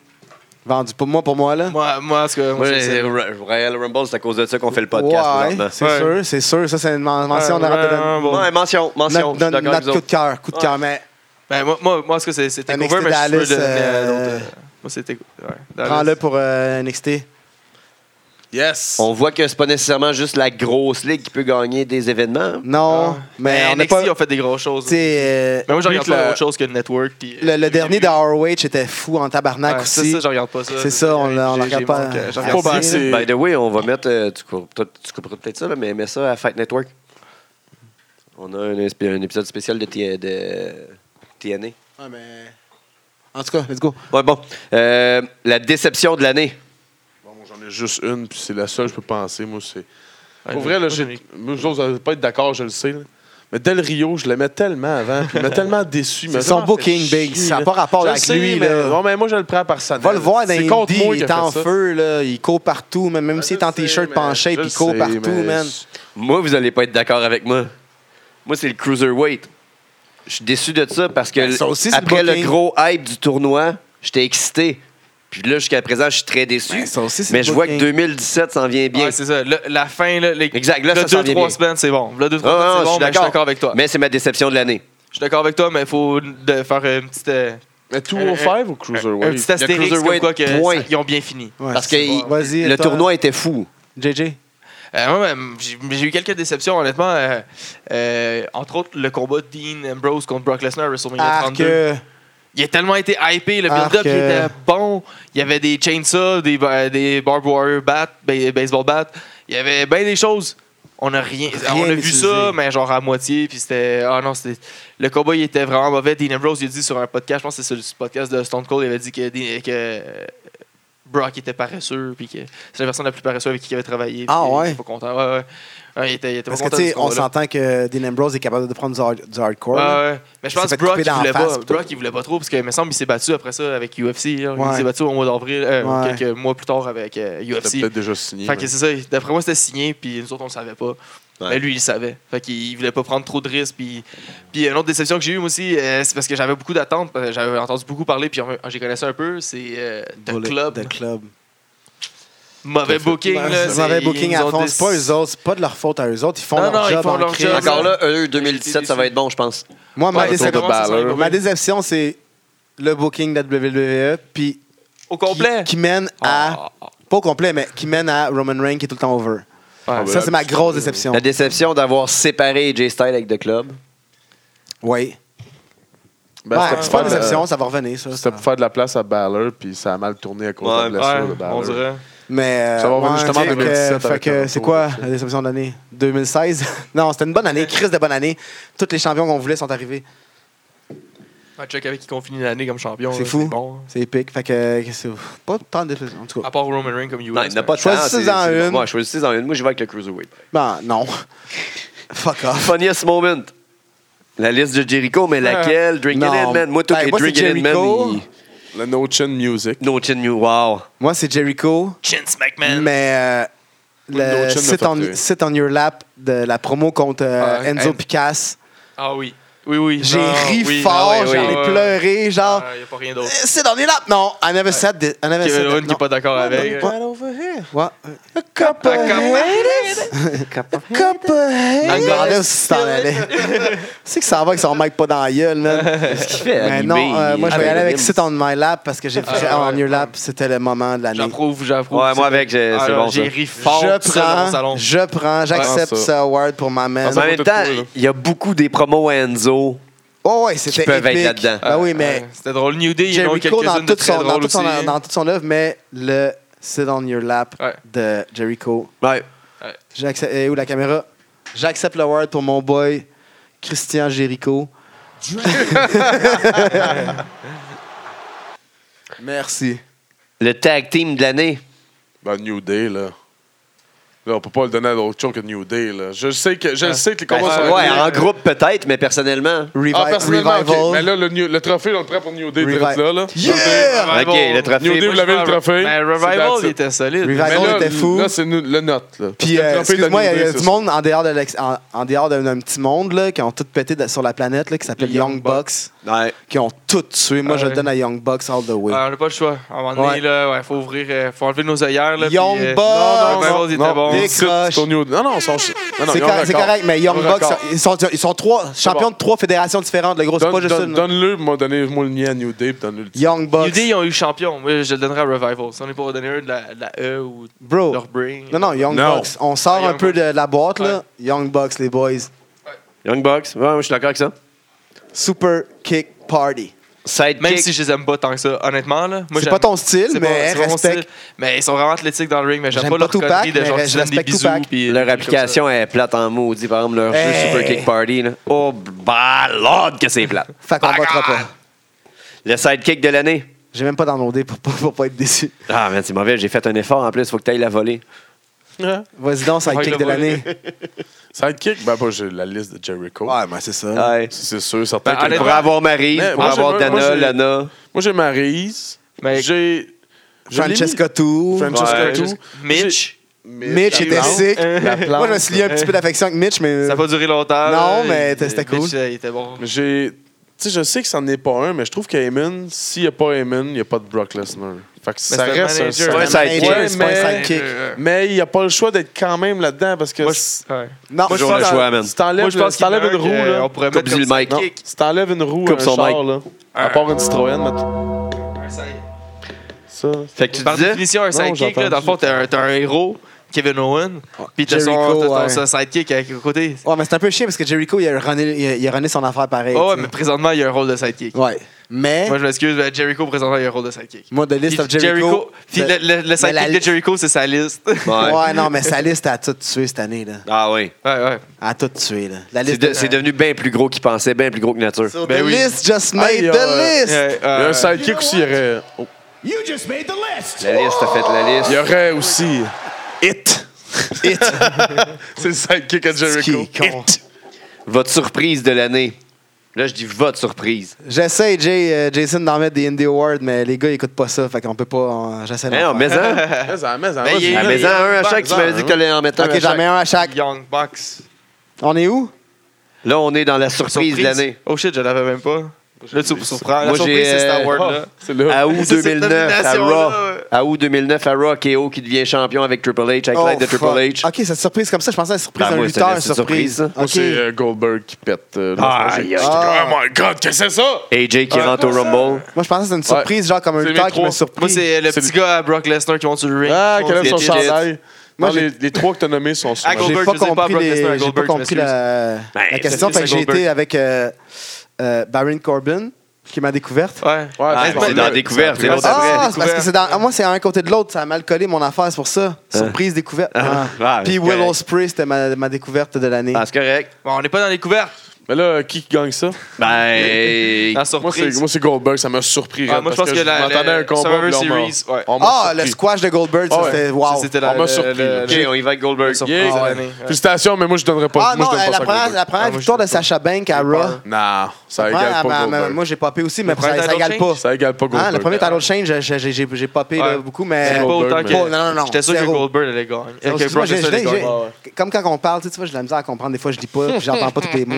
Vendu. Pour moi, pour moi, là. Moi, moi, en tout cas, moi, Moi, c'est- le c'est- Ro- Royal Rumble, c'est à cause de ça qu'on fait le podcast. ouais, présentement. c'est Ouais. sûr, c'est sûr. Ça, c'est une men- mention Ouais, honorable de vraiment notre- bon. Ouais, mention, mention. je suis notre, d'accord avec vous notre coup de autres. cœur. Coup de cœur, mais Ben, moi, moi, moi, en tout cas, c'est- c'était NXT cover, mais je peux Dallas, donner à euh, d'autres, euh, Moi, c'était. Ouais, Dallas. Ah. prends-le pour euh, NXT. Yes! On voit que c'est pas nécessairement juste la grosse ligue qui peut gagner des événements. Non, Ah. mais on n'a NXT pas. ont fait des grosses choses. tu sais, euh, Mais Ben, moi, je Plus regarde que pas la- autre chose que le network. puis- le, euh, le dernier de Ouais, ROH était fou en tabarnak ça, aussi. ça, je regarde pas ça. C'est ça, on l'a- on J'ai- la j'ai regarde pas. manqué, je Faut regarde pas ça. assez. Et- By the way, on va mettre. euh, tu, coupes- toi, tu couperas peut-être ça, là, mais mets ça à Fight Network. On a un, esp- un épisode spécial de, T- de TNA. Ouais, mais- En tout cas, let's go. Ouais, bon. Euh, la déception de l'année. Bon, moi, j'en ai juste une, puis c'est la seule que je peux penser, moi. c'est... Ouais, Pour vrai, là, moi, j'ai- j'en ai- moi, vous autres, vous allez pas être d'accord, je le sais. là. Mais Del Rio, je l'aimais tellement avant, puis il m'a tellement déçu. il m'a C'est son vraiment fait booking, chier, Big. Ça là. n'a pas rapport Je le avec sais, lui. mais- là. Non, mais moi, je le prends par ça. Va le voir dans C'est les contre indies, moi il qui a est fait en ça. feu, là. il court partout, même, même Ouais, s'il je est en sais, t-shirt mais- penché, je puis le il court sais, partout, mais man. Moi, vous allez pas être d'accord avec moi. Moi, c'est le Cruiserweight. Je suis déçu de ça parce que Ben, ça aussi, c'est le après le, booking. gros hype du tournoi, j'étais excité. Puis là, jusqu'à présent, je suis très déçu. Ben, ça aussi, c'est mais le je vois que booking. 2017 s'en vient bien. Ouais, c'est ça. Le- la fin, là, les Exact, là, le ça deux, s'en vient trois bien. semaines, c'est bon. Le deux, trois Ah, semaines, non, c'est bon. mais Je suis d'accord avec toi. Mais c'est ma déception de l'année. Je suis d'accord avec toi, mais il faut de faire une petite, euh, Mais 205 ou Cruiserweight? un petit astérix comme Cruiserweight, quoi que point. ça- ils ont bien fini. Ouais, parce que c'est il- bon. Vas-y, le toi, tournoi était fou. JJ. Euh, moi, même, j'ai j'ai eu quelques déceptions, honnêtement. euh, euh, entre autres, le combat de Dean Ambrose contre Brock Lesnar à WrestleMania Ah, 32. que. Il a tellement été hypé, le Arc, build-up il euh, était bon. Il y avait des chainsaws, des, ba- des barbed wire bat, ba- baseball bat. Il y avait bien des choses. On a rien. Rien on a vu utilisé. ça, mais genre à moitié. Puis c'était. Ah non, c'était. Le combat, il était vraiment mauvais. Dean Ambrose, il a dit sur un podcast, je pense que c'est sur le podcast de Stone Cold, il avait dit que, Dean- que Brock était paresseux. Puis que c'est la personne la plus paresseuse avec qui il avait travaillé. Ah, puis ouais? Il était pas content. Ouais, ouais. Ouais, il était, il était Parce pas que, content. tu de sais, ce on combat-là. s'entend que Dean Ambrose est capable de prendre du, hard- du hardcore. Ouais, là. ouais. Mais je Il s'est pense fait que Brock, couper il dans la voulait face, pas. plutôt. Brock, il voulait pas trop, parce que, me semble, il s'est battu après ça avec UFC. là. Ouais. Il s'est battu au mois d'avril, euh, Ouais. quelques mois plus tard avec euh, T'as UFC. peut-être déjà signé. Fait mais- que c'est ça. D'après moi, c'était signé, puis nous autres, on le savait pas. Mais lui, il le savait. Fait qu'il il voulait pas prendre trop de risques. Puis, puis une autre déception que j'ai eue, moi aussi, euh, c'est parce que j'avais beaucoup d'attentes. parce que J'avais entendu beaucoup parler, puis on- j'y connaissais un peu. C'est euh, The Bullet- Club. The club. Mauvais booking. là, Ils avaient c'est- booking ils à nous ont fond. dit- C'est pas eux autres, c'est pas de leur faute à eux autres. Ils font Non, leur non, ils job font en leur crise. job. Encore là, eux, 2017, ça déçu. va être bon, je pense. Moi, ma, Ouais, déception- déception, autour de Balor. Balor. ma déception, c'est le booking de la WWE, puis Au complet. qui, qui mène à. Pas au complet, mais qui mène à Roman Reigns qui est tout le temps over. Ah, Ouais. ben, ça, c'est ma grosse déception. La déception d'avoir séparé Jay Style avec The Club. Oui. Ben, c'était Ouais, pour c'est pas une faire de- déception, ça va revenir, ça. C'était ça. pour faire de la place à Balor, puis ça a mal tourné à cause de la Ouais, blessure de Ouais, ben, Balor. on dirait. Mais. euh, Ça va revenir ouais, justement en fait que- 2017 Fait avec que, un c'est retour, quoi ça. la déception de l'année 2016 Non, c'était une bonne année, crise de bonne année. Tous les champions qu'on voulait sont arrivés. Ouais, check avec qui qu'on finit l'année comme champion. C'est là, fou. bon. C'est épique. Fait que. euh, c'est pas tant de déception, en tout cas. À part Roman Reigns comme US. Non, il n'y en a pas de Choisissez-en temps, c'est- c'est- une. Moi, choisissez en une. Moi, je vais avec le Cruiserweight. Ben, non. Fuck Ah, off. Funniest moment. La liste de Jericho, mais laquelle? Drink It Euh, Non. In, man. Moi, tout Ben, les moi, Drink It c'est In, man. Jericho. il- Le No Chin Music. No Chin New, wow. Moi, c'est Jericho. Chance McMahon. Mais euh, Window le Chin sit m'a on, fait rire. Sit on Your Lap de la promo contre euh, Ah, Enzo N- Picasso, Ah oui. Oui, oui. j'ai Non, ri oui, fort, ah ouais, j'en oui. ai Ouais. pleuré, genre Ah, y a pas rien euh, d'autre. Sit on Your Lap! Non, I never said this. I never said Kevin Owens that. qui est Non. pas d'accord avec. Right over here. Ouais. Je me demandais aussi si t'en allais. C'est que ça va avec son mic pas dans la gueule, man. Qu'est-ce qu'il fait? Mais animé, non, Ah, euh, moi, je vais y animé. aller avec Sit on My Lap parce que j'ai fait Ah, On ouais. Your Lap. C'était le moment de l'année. J'approuve, j'approuve. Ouais, moi avec, j'ai- Ah, c'est bon, ça. J'ai ri fort Je tout seul dans mon salon. prends, je prends, j'accepte Ouais, ça. ce award pour ma man. Mais ben, en même tout temps, trouvé, là. il y a beaucoup des promos Enzo. Oh ouais, c'était peuvent être épique. là-dedans. Ben oui, mais Ouais, C'était drôle. New Day, ils en ont Jericho dans quelques-unes de toute très son, dans drôles toute son, aussi. dans toute son œuvre, mais le Sit on Your Lap Ouais. de Jericho. Ouais. J'accepte. eh, où la caméra? J'accepte l'award pour mon boy Christian Jericho. Merci. Le tag team de l'année. Ben, New Day, là. Là, on peut pas le donner à d'autres choses que New Day, là. Je sais que, Ah. je sais que les Ben, combats sont ouais, en groupe peut-être, mais personnellement. Revi- Ah, personnellement, ok. Revival. Mais là, le, New- le trophée, on le prend pour New Day, Revi- direct là, là. Yeah! Revival. Ok, le trophée. New Day, Moi, vous je l'avez le prends- trophée. ben, Mais C'est Revival, that's il it. était solide. Revival. Mais là, était fou. Là, c'est nous- le note, là. Puis, euh, Le trophée de excuse-moi, il y a- New il y a Day, du c'est monde en dehors, de l'ex- en, en dehors d'un d'un petit monde là, qui ont tout pété de- sur la planète là, qui s'appelle Les Young Young Bucks, Ouais. qui ont tout tué. Moi, Ah je le ouais. donne à Young Bucks all the way. Ah, on n'a pas le choix. À un moment donné, Ouais. là, ouais, faut ouvrir, euh, faut enlever nos œillères. Là, Young puis, euh, Bucks! Non, non, Revival, il était Non, bon. Dick. c'est- c'est au New Non, non, ils sont. non, euh, non, c'est ils ont cor- un c'est record. correct, mais Young Ils ont un Bucks, record. ils sont, ils sont trois champions bon. de trois fédérations différentes. Le gros, c'est pas Donne- juste donne- une. Donne-le, moi, donnez-moi le mien à New Day, puis donne-le le Young New Day, Bucks. ils ont eu champion. Moi, je le donnerai à Revival. Si on n'est pas donné un de la, de la E ou de Bro. leur Brain. Non, non, Young Non. Bucks. On sort Ah, un Young peu Bucks. de la boîte, là. Young Bucks, les boys. Young Bucks. Ouais, moi, je suis d'accord avec ça. Super Kick Party. Sidekick. Même si je les aime pas tant que ça, honnêtement. Là, moi, C'est j'aime- pas ton style, c'est pas- mais c'est pas mon respecte. style. Mais ils sont vraiment athlétiques dans le ring, mais j'aime J'aime pas, pas leur Tupac, connerie de mais genre je qui se donnent des respecte bisous. Tupac. puis euh, Leur des application est plate en maudit, par exemple, leur Hey! jeu Super Kick Party. Là. Oh, balade que c'est plate. Ah. Fait qu'on votera pas. Le sidekick de l'année. J'ai même pas dans nos dés pour, pas- pour pas être déçu. Ah, man, c'est mauvais. J'ai fait un effort en plus. Faut que t'ailles la voler. Vas-y donc, c'est le Ouais, kick le de volet. l'année. Sidekick, ben, moi, j'ai la liste de Jericho. mais c'est ça. Ouais. C'est sûr, certain. Ben, que- allez- Pour avoir Marie, Mais pour moi, avoir j'ai- moi, Dana, j'ai- Lana. Moi, j'ai Maryse. Mais- J'ai. je l'ai mis- Francesca Tour. Francesca Ouais. Tour. choses. Mitch, Mitch était Plante. sick. La plante. Moi, je me suis lié un petit peu d'affection avec Mitch, mais. Euh, ça a pas duré longtemps. Non, là. mais Il- c'était Mitch, cool. euh, Il était bon. Mais J'ai. Tu sais, je sais que c'en est pas un, mais je trouve qu'Aemon, s'il n'y a pas Eamon, il n'y a pas de Brock Lesnar. Fait que ça c'est un reste un manager. ça- Ouais, C'est un sidekick. manager, c'est pas Ouais, un mais- sidekick. Euh, Mais il n'y a pas le choix d'être quand même là-dedans parce que. Moi, si- je- ouais. Non, si Toujours le t'en- choix, Ah, man. Si t'enlèves Moi, je le- pense si qu'il y en a t'enlèves une un roue, que- là. on pourrait Coupe mettre du comme mic. Non, si t'enlèves une roue, à Coupe un son char, là. À part une Citroën, mettons. ça. ça. Fait que tu Par disais. définition, un Non, j'ai sidekick, là, dans le entendu. fond, t'as un, t'as un héros, Kevin Owen, puis t'as son, Jericho, t'as ton- ouais. son sidekick à côté. Ouais, mais c'est un peu chiant parce que Jericho, il a runné, il a, il a runné son affaire pareil. Oh, ouais, tu mais sais. présentement, il y a un rôle de sidekick. Ouais. Mais, Moi, moi, je m'excuse, mais Jericho, présentement, il y a un rôle de sidekick. de list Puis of Jericho. puis de- le, le- le sidekick la- de Jericho, c'est sa liste. ouais, Ouais. Ouais. non, mais sa liste a tout tué cette année, là. Ah oui. ouais. Elle a tout tué, là. La C'est liste. de- c'est devenu bien plus gros qu'il pensait, bien plus gros que nature. So Ben the oui. list just Ah, made il y a, the euh, list! Ouais, Il y a euh, un sidekick aussi, il y aurait. oh. You just made the list. La liste, t'as fait la liste. Il y aurait aussi. It! It! C'est le sidekick à Ce qui Jericho. est con. Votre surprise de l'année. Là, je dis votre surprise. J'essaie, Jay, euh, Jason, d'en mettre des Indie Awards, mais les gars, ils écoutent pas ça, fait qu'on peut pas. euh, J'essaie Hein, d'en on met en. Mais ça, mais ça, Mais moi, il y j'ai- a- Ah, mais en un à chaque, tu m'avais dit que t'allais en mettre un. faire. à Ok, j'en chaque. mets un à chaque. Young Bucks. On est où? Là, on est dans la surprise de l'année. Oh shit, je l'avais même pas. Là, tu me surprends. La Moi, j'ai, surprise, c'est cet euh, award-là. C'est là. À août C'est cette 2009 à nomination-là, Raw. ouais. À août 2009 à Raw, KO qui devient champion avec Triple H, avec Oh, l'aide de Triple fuck. H. Ok, cette surprise comme ça, je pensais à la surprise Ben, d'un moi, c'était lutteur, une surprise. surprise, ça. Moi, C'est Ok. euh, Goldberg qui pète. euh, dans Ah, son jeu. aïe, aïe. Oh my god, qu'est-ce que c'est ça? AJ qui Ah, rentre au ça. Rumble. Moi, je pensais que c'était une surprise, genre comme un C'est mes lutteur qui trois. m'a surpris. Moi, c'est le C'est petit le- gars à Brock Lesnar qui monte sur le ring. Ah, quel est les son Jets. chandail? Moi, Moi, les, les trois que t'as nommés sont sur Ah, ma J'ai Goldberg, pas je sais pas, compris, Brock les- Lesnar, j'ai pas Goldberg, je compris la, la Ben, question. Fait que j'ai Goldberg. été avec euh, euh, Baron Corbin, qui m'a découverte. Ouais. Ouais, Ah, c'est bon. c'est dans la découverte, c'est Ah, l'autre après. Ah, c'est parce que c'est dans, ah, moi, c'est à un côté de l'autre. Ça a mal collé mon affaire, c'est pour ça. Surprise, découverte. Ah. Ah. Ah, Puis c'est Willow correct. Spray, c'était ma, ma découverte de l'année. Ah, c'est correct. Bon, on n'est pas dans les couverts. Mais là, qui qui gagne ça? Ben. Dans Moi, c'est surprise. moi, c'est Goldberg, ça m'a surpris. Ah, Red, moi, je parce pense que la- je m'attendais à la- un combat. Survivor puis là, on m'a- Series, ouais. on m'a Ah, le surpris. squash de Goldberg, ça, Ah ouais. c'était wow. Ça, c'était la- On m'a le- surpris. le- Ok, on y va avec Goldberg. surprise Yeah. de l'année. Ouais. Félicitations, mais moi, je donnerais pas. Ah moi, non, je donne euh, pas la ça à première, Goldberg. la première Ah, moi, victoire je de Sacha Banks à Raw. Non, ça Ouais, égale ah, pas ben, ben, Goldberg. moi, j'ai popé aussi, mais premier ça, ça title égale pas. change, Ça égale pas Hein, le Goldberg. premier title change, j'ai- j'ai j'ai- j'ai popé là, Ouais. beaucoup, C'est mais. pas Goldberg, autant mais- que. Bon, non, non, non. J'étais sûr que Zéro. Goldberg allait gagner. Non, Ok, excuse-moi, Brock j'ai- Lesnar allait j'ai- gagner. j'ai- Comme quand on parle, tu sais, tu vois, j'ai de la misère à comprendre. Des fois, je dis pas, puis j'entends pas tous les mots.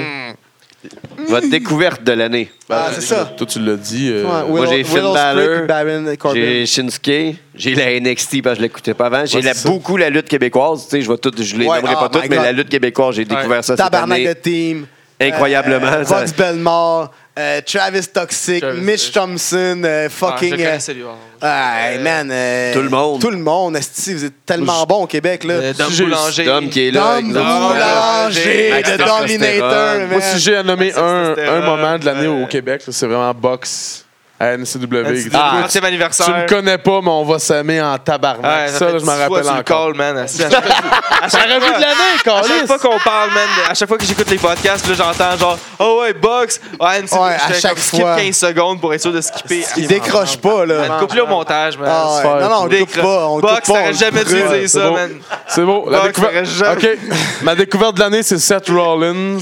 Votre découverte de l'année. Bah, Ah, c'est ça. Toi, tu l'as dit. euh, Ouais, moi, Will- j'ai Finn Will Ospreay Balor, puis Baron Corbin. J'ai Shinsuke, j'ai la NXT parce que je l'écoutais pas avant. J'ai Ouais, la- c'est ça. beaucoup la lutte québécoise. Tu sais, je vais tout, je les Ouais, nommerai ah, pas my toutes, mais God. la lutte québécoise, j'ai découvert ça cette Tabarnak de année. team. Incroyablement. Euh, ça- Bugs Belmore, euh, Travis Toxic, Travis Mitch Toxic. Thompson, euh, Ah, fucking. je le euh, connaissais, lui, vraiment. ah, hey, man. euh, Tout le monde. Tout le monde. esti, vous êtes tellement bon au Québec, là. Euh, Dom j'ai- Boulanger. Dom qui est là. Dom oh exactement. Boulanger, Max The Testosterone. Dominator, Moi, man. si j'ai à nommer un, un Testosterone, moment de l'année euh, au Québec, là, c'est vraiment box à NCW. C'est Ah, mon tu septième anniversaire. me connais pas, mais on va s'aimer en Ouais, tabarnak. ça, ça, fait là, je m'en dix fois rappelle sur le encore. call, man. À chaque fois- à chaque revue fois- de l'année, À chaque câlisse. fois qu'on parle, man, à chaque fois que j'écoute les podcasts, là, j'entends genre, oh ouais, box, ouais, NCW, Ouais, à j'étais chaque comme skip fois. 15 secondes pour être sûr de skipper. Il décroche pas, Man, là. coupe-le au montage, man. Ah ouais, super. Non, non, on le coupe Ah, Décroche. pas. On le Box, coupe pas. on t'aurais le jamais dû brûle. dire c'est ça, bon. man. C'est beau. La Box, découverte. j'aurais OK. Ma découverte de l'année, c'est Seth Rollins.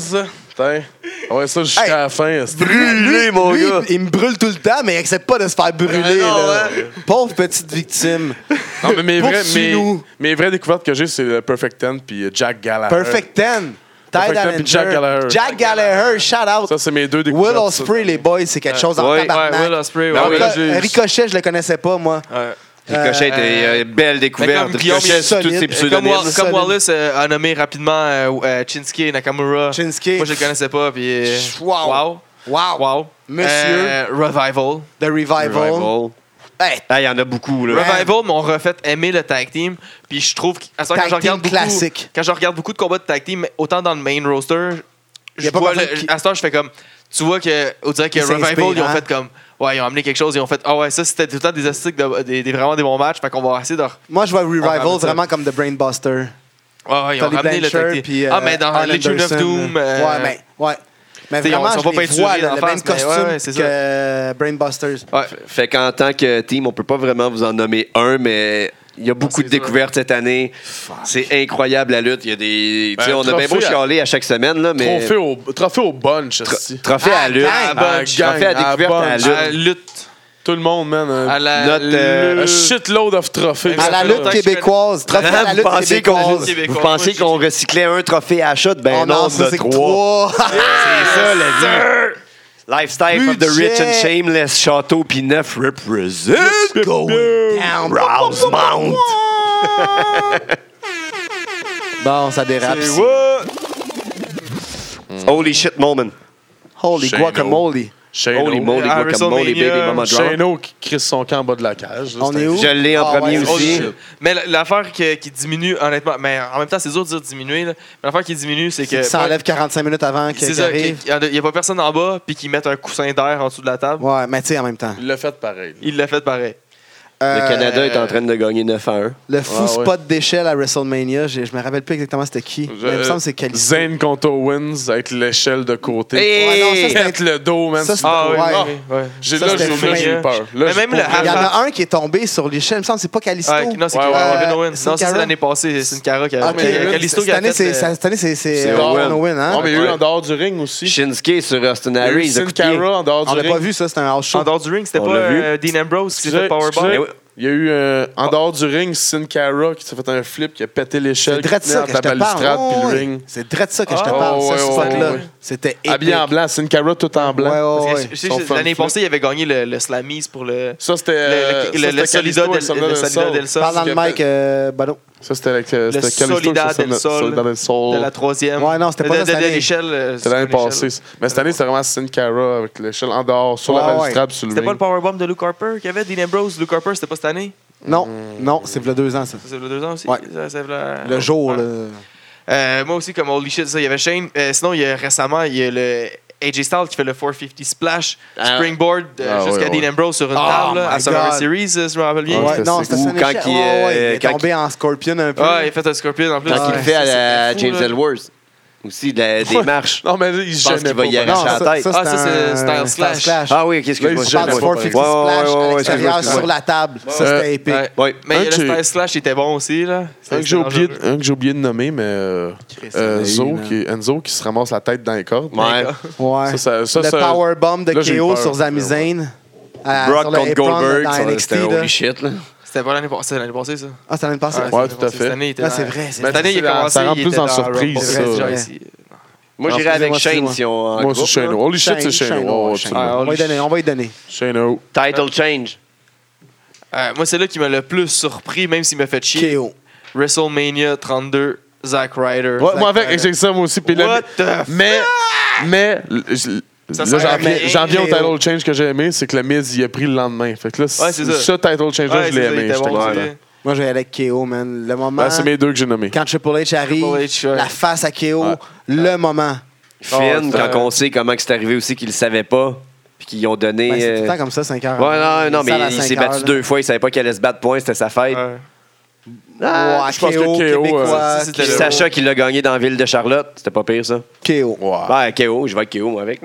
Putain. Ouais, ça jusqu'à Hey. la fin. c'est- Brûlé, mon Lui, gars. il- il me brûle tout le temps, mais il accepte pas de se faire brûler. non, là. Pauvre petite victime. Non, mais mes, vrais, mes, Poursuis-nous. mes vraies découvertes que j'ai, c'est le Perfect Ten puis euh, Jack Gallagher. Perfect Ten. Ty Perfect Ten, Dillinger. puis Jack Gallagher. Jack Gallagher, shout out. Ça, c'est mes deux découvertes. Will Ospreay, les boys, c'est quelque chose en Ouais, tabarnak. ouais, Will Ospreay, Ben ouais. Ah. Rico- oui, là, j'ai- Ricochet, je le connaissais pas, moi. Ricochet, était, euh, belle découverte. mais comme Guillaume, Ricochet, il est sous tous solide. ses Et Comme, pseudonymes. Wa- comme Wallace euh, a nommé rapidement euh, euh, Shinsuke et Nakamura. Shinsuke. Moi, je le connaissais pas. Puis, euh, Wow. Wow. Wow. Wow. Oh. Monsieur. Euh, Revival. The Revival. Revival. Hey, Ah, il y en a beaucoup, là. Revival m'ont refait aimer le tag team. Puis je trouve que à ce moment, Tag quand je regarde team beaucoup, classique. quand je regarde beaucoup de combats de tag team, autant dans le main roster, Y a je pas vois personne le- qui- à ce temps, je fais comme tu vois que on dirait que Qui s'inspire, Revival ils ont hein? fait comme ouais ils ont amené quelque chose ils ont fait ah ouais ça c'était tout le temps des astuces de- des, des- vraiment des bons matchs fait qu'on va essayer de re- moi, je vois On ramène Revival ça. vraiment comme The Brainbuster. ouais, ouais, Ah, ils ont Tully ramené le tag Blanchard, team puis. euh, ah mais dans Arn Legion of Anderson. Doom euh, Ouais, mais. Ouais. Mais T'sais, ils ont- vraiment, ils sont je pas les peinturés vois, là, dans le la même face, mais costume ouais, ouais, c'est que ça. euh, Brainbusters. ouais. Fait qu'en tant que team, on peut pas vraiment vous en nommer un, mais il y a beaucoup c'est de dur. découvertes cette année. C'est incroyable la lutte. Il y a des. tu sais, Ben, on a bien beau trophée à- chialer à chaque semaine, là, mais. Trophée au, trophée au bunch, Tro- aussi. trophée à Ah, la lutte. gang. Ah, Trophée à gang, à découverte à la bunch. lutte. À la lutte Tout le monde, man. un- à la Notre, euh, A lutte. shitload of trophées. À la fait lutte longtemps que je québécoise. Trophée à la Hein, vous lutte pensez qu'on québécoise. Québécoise. vous pensez qu'on recyclait un trophée à shot? Ben Oh non, non, on ça, a c'est trois. trois. C'est ça, la vie. Lifestyle of the Budget. rich and shameless, Château puis neuf represent. Going down. Rouse Mount. Bon, ça dérape. ici. Holy shit moment. Holy Shano. guacamole. Holy Shano. moly, à guacamole, baby, WrestleMania, mama drop. Shano qui crisse son camp en bas de la cage. là, On c'est est un- où? Je l'ai en Ah, premier ouais, Oh, aussi. shit. Mais l- l'affaire que- qui diminue, honnêtement, mais en même temps, c'est dur de dire diminuer, là, mais l'affaire qui diminue, c'est Qui que. s'enlève 45 minutes avant C'est qu'il ça, qu'il arrive. qu'il y a pas personne en bas, puis qu'ils mettent un coussin d'air en dessous de la table. Ouais, mais tu sais, en même temps. Il l'a fait pareil. Il l'a fait pareil. Le Euh, Canada est en train de gagner 9 à 1. Le fou Ah ouais. spot d'échelle à WrestleMania, j'ai- je me rappelle plus exactement c'était qui. mais il me semble que c'est Calisto. Zane contre Owens avec l'échelle de côté. Ouais, non, ça, Il c'était- pète le dos, man. Ça, Tu- c'est- Ah, ouais. ouais. j'ai ça, là, c'était j'ai là, j'ai eu fou. peur. Là, Mais j'ai même pas le compris. Il y en a un qui est tombé sur l'échelle, il me semble que c'est pas Calisto. Ah, non, c'est Ouais, ouais, Kevin ouais. Owens. C'est Non, ça, c'est Cara- l'année passée. C'est une Cara qui a. Ah, ok, mais ouais, Kalisto qui cette a année, fait, c'est- euh, cette année, c'est c'est, c'est euh, Owen Owen. Owen. Ah, Hein? mais il y a eu Ouais. en dehors du ring aussi. Shinsuke sur Austin Il y a eu Harry. ils ont Sin coupé. Cara en dehors On du l'a ring. pas vu, ça, c'était un house show. En dehors du ring, c'était On pas l'a vu. euh, Dean Ambrose qui s'est Excusez, fait excusez. powerbomb. Il y a eu euh, en dehors du ring Sin Cara qui s'est fait un flip, qui a pété l'échelle, C'est qui drette tenait ça que entre je la te balustrade puis parle. le ouais. ring. C'est drette ça que je te Ah, parle, ouais, ça, ce ouais, spot-là. ouais. C'était épique. Habillé en blanc, Sin Cara tout en Ouais, blanc. ouais, ouais. Je sais, Son front L'année flip. passée, il avait gagné le, le Slammies pour le. Ça, c'était. Le, euh, le, le, ça, c'était le Solida Kalisto et del, Solida le Solida del Sol. Parlant de Mike, euh, bah non. Ça, c'était avec. euh, Le c'était Kalisto Solida qui s'est del fait- Sol. Solida del Sol. de la troisième. Ouais, non, c'était pas de, ça de, cette de année. l'échelle. euh, C'était l'année sur l'échelle. passée. Mais cette année, c'était vraiment Sin Cara avec l'échelle en dehors, sur la Ouais, ouais. balustrade, sur le C'était pas le ring. powerbomb de Luke Harper qu'il y avait, Dean Ambrose, Luke Harper, c'était pas cette année? Non, non, c'est v'là deux ans, ça. Ça, c'est le deux ans aussi? Ouais. Ça, c'est le... Le jour, Ouais. là. Euh, moi aussi, comme Holy Shit, ça, il y avait Shane. Euh, sinon, il y a récemment, il y a le AJ Styles qui fait le 450 Splash Ah. Springboard euh, Ah, jusqu'à ouais, ouais. Dean Ambrose sur une Oh table là, my à Survivor God. Series, euh, si je me rappelle bien. Ouais, Ouais. Ouais, c'était non, ça. c'était Ou ça. quand Michel. il, Ouais, ouais, euh, il est quand tombé en scorpion un peu. Ah, il a fait un Scorpion en plus. Quand il le Ouais, fait à Ça, la c'est fou, James là. Ellsworth. Aussi, de la- des Ouais. marches. Non, mais là, il se pense gênait qu'il va y pas. aller. vraiment. Non, arrache la ça, tête. ça, Ah, ça, c'est Style un Slash. Ah oui, qu'est-ce que Là, je il se Je parle Ouais, du ouais, 450 ouais, ouais, Splash ouais, à ouais, l'extérieur excuse-moi, sur la table. Ça, Euh, c'était épique. Ouais. Ouais. Mais Un le que j'ai- Style Slash était bon aussi. Là. Un que j'ai oublié, de- un que j'ai oublié de nommer, mais euh, euh, Zo qui, Enzo qui se ramasse la tête dans les cordes. Ouais. Ouais. Ça, ça, ça, le ça- powerbomb de là, j'ai eu KO peur. sur Sami Ouais, ouais. Zayn. à- Brock sur le contre apron, Goldberg, dans ça, NXT, c'était là. holy shit. Là. C'était pas l'année passée, c'était l'année passée, ça. Ah, ça l'année passée. Ah, Ouais. ouais, c'est tout à passé. fait. Cette année, il était Ah, dans- c'est vrai, c'est Cette vrai. année, il a Ça commencé. rend il plus était en dans surprise, Rumble. ça. Genre ici. Moi, Non, j'irai avec excusez-moi, Shane excusez-moi. si on. en Moi, c'est groupe, Shane là. O. Holy shit, c'est Shane oh, O. ouais, Shane O. Ah, On va y donner, on va y donner. Shane O. Title change. Euh, moi, c'est là qui m'a le plus surpris, même s'il m'a fait chier. KO. WrestleMania 32, Zack Ryder. Ouais, moi, Tyler. avec, c'est ça, moi aussi. Puis là, What the mais, mais, l- je- Ça là, sert à j'en viens- rien, j'en viens au Léo. title change que j'ai aimé, c'est que le Miz, il a pris le lendemain. Fait que là, Ouais, c'est ça. ce title change-là, Ouais, c'est ça, je l'ai il aimé. était J'étais bon, content. tu Ouais, sais. Moi, je vais aller avec KO, man. Le moment. Ben, c'est mes deux que j'ai nommés. Quand Triple H arrive, Triple H, ouais. la face à KO, Ouais. le moment. Finn, c'est- quand on sait comment que c'est arrivé aussi qu'ils le savaient pas, puis qu'ils ont donné. Ben, c'est tout le euh, temps comme ça, 5 heures. Ouais, non, Salle non, mais à il cinq s'est heures, battu là. deux fois, il savait pas qu'il allait se battre, point, c'était sa fête. Ouais. Ah, Ouais, je pense que KO, KO, euh, Québécois, ça, c'était Puis le- Sacha qui l'a gagné dans la ville de Charlotte, c'était pas pire ça. KO. Wow. Ouais, KO, Ben, je vais avec KO moi avec.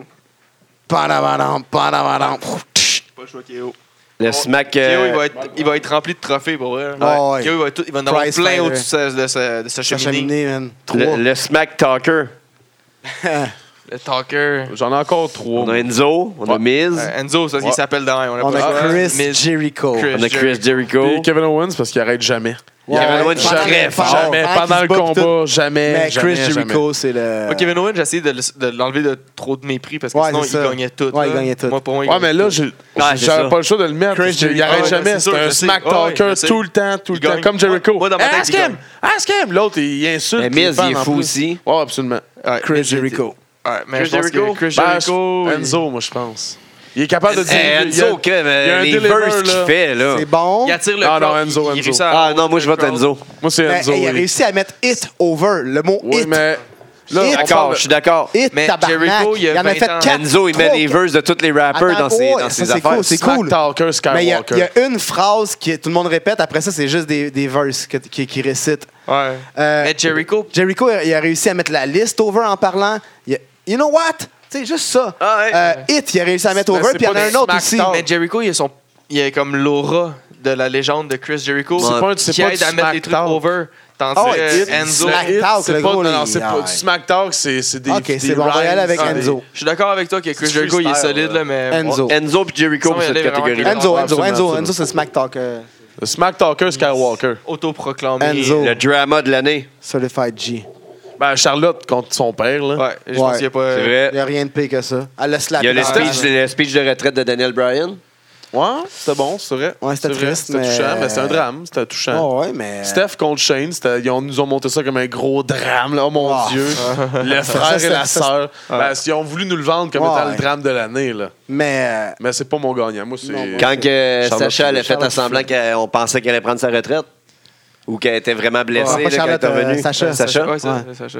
Panamaram, panamaram. Pas le choix KO. Le smack. KO, euh, il va, être, il va être rempli de trophées pour vrai. Ah, ouais. KO, il va, être tout- il va en avoir Price plein fighter. au-dessus de sa, de sa- de sa Sacha cheminée. Miné, man. Trois. le, le smack talker. Le talker. J'en ai encore trois. On a Enzo, on a Ouais. Miz, Euh, Enzo, ça, il Ouais. s'appelle dans On a Chris Jericho. Chris. on a Chris Et Jericho. Kevin Owens, parce qu'il arrête jamais. Ouais, Kevin ouais, Owens, pendant jamais, le- pendant- jamais. pendant Pendant le Ah, qu'il se bat, combat, tout. jamais. Mais jamais, Chris Jericho, c'est le. Moi, Kevin Owen, j'ai essayé de le- de l'enlever de trop de mépris parce que Ouais, sinon, c'est il ça. gagnait tout. Ouais, il là. gagnait tout. Moi, pour moi, il Ouais, mais gagnait là, tout. j'ai- Ah, c'est j'avais ça. pas le choix de le mettre. Chris parce qu'il Jericho. arrête Ouais, jamais. c'est sûr, C'est je un sais. smack Ouais, ouais, talker je sais. tout le temps, tout le Il temps. gagne. Comme Jericho. Moi, dans ma tête, Ask il gagne. him! Ask him! L'autre, il insulte. Mais tout le Miz, temps, il est en fou plus. aussi. Ouais, absolument. Ouais, Chris Jericho. Ouais, mais Chris je pense Jericho? que Chris Ben, Jericho. il- Enzo, moi, je pense. Il est capable de dire. Eh, il y a- Enzo, que, il y a un euh, les deliver, bursts qu'il là. fait là. C'est bon. Il attire le Ah, non, crowd, il- Enzo, il Enzo. réussit à- Ah non, moi je vote Enzo. Moi, c'est Ben, Enzo. hey, il a oui. réussi à mettre it over, le mot Oui, it. mais. Là, Hit. on parle D'accord, de- je suis d'accord. It, Mais tabarnak. Jericho, il y a en a 20 fait ans. 4. Enzo, il met les verses de tous les rappers Attends, dans ses, ouais, dans ça, ses c'est affaires. cool, c'est Smack cool. Talker, Mais il y, a- il y Skywalker. a une phrase que tout le monde répète, après ça, c'est juste des, des verses que- qui, qui récitent. Ouais. Euh, Mais Jericho, Jericho, il a- il a réussi à mettre la liste over en parlant. Il a- you know what? Tu sais, juste ça. Ah ouais. Euh, it, il a réussi à mettre Ben, Mais over, c'est puis il y en pas a un des autre smack aussi. talk. mais Jericho, il a son. Il a comme l'aura de la légende de Chris Jericho. C'est pas un- c'est qui pas aide du à mettre les smack trucs talk. over. Tandis Ah ouais, que il- Enzo. Smack Hit, talk, c'est le pas- gros, Non, non, il- c'est ah pas ouais. du smack talk, c'est c'est des. Ok, des c'est bon, on va y rhymes, aller avec c'est des- Enzo. Je suis d'accord avec toi que Chris C'est Jericho, il est freestyle, solide, là, là. mais. Enzo. Enzo puis Jericho Ça, pour il cette allait vraiment catégorie-là. Enzo, Ouais, Enzo, absolument, Enzo, absolument. Enzo, c'est Smack Talk. euh, Le Smack Talker, Skywalker. Autoproclamé. Enzo. Le drama de l'année. Solidified G. Ben, Charlotte contre son père, là. Ouais, je pense qu'il Euh, y a pas. C'est Il n'y vrai. a rien de pire que ça. Elle le slap. Euh, Il y a le dans la face. speech, le speech de retraite de Daniel Bryan. Ouais, c'était bon, c'est vrai. Ouais, c'était C'est vrai, triste, C'était mais- touchant, mais c'était un drame, c'était touchant. Ah ouais, mais. Steph contre Shane, c'était- ils ont- nous ont monté ça comme un gros drame, là. Oh mon Ah. Dieu. le Ça, frère c'est- et la ça, sœur. Ben, ils ont voulu nous le vendre comme Ouais. étant le drame de l'année, là. Mais. euh, Mais c'est pas mon gagnant. Moi, c'est. Non, moi, Quand que Charlotte Sacha Flair. allait fait un Charlotte semblant qu'on pensait qu'elle allait prendre sa retraite ou qu'elle était vraiment Ah, blessée pas là, quand elle Charlotte, est revenue. euh, Sacha. Sacha? Ouais, ça, Ouais. Sacha.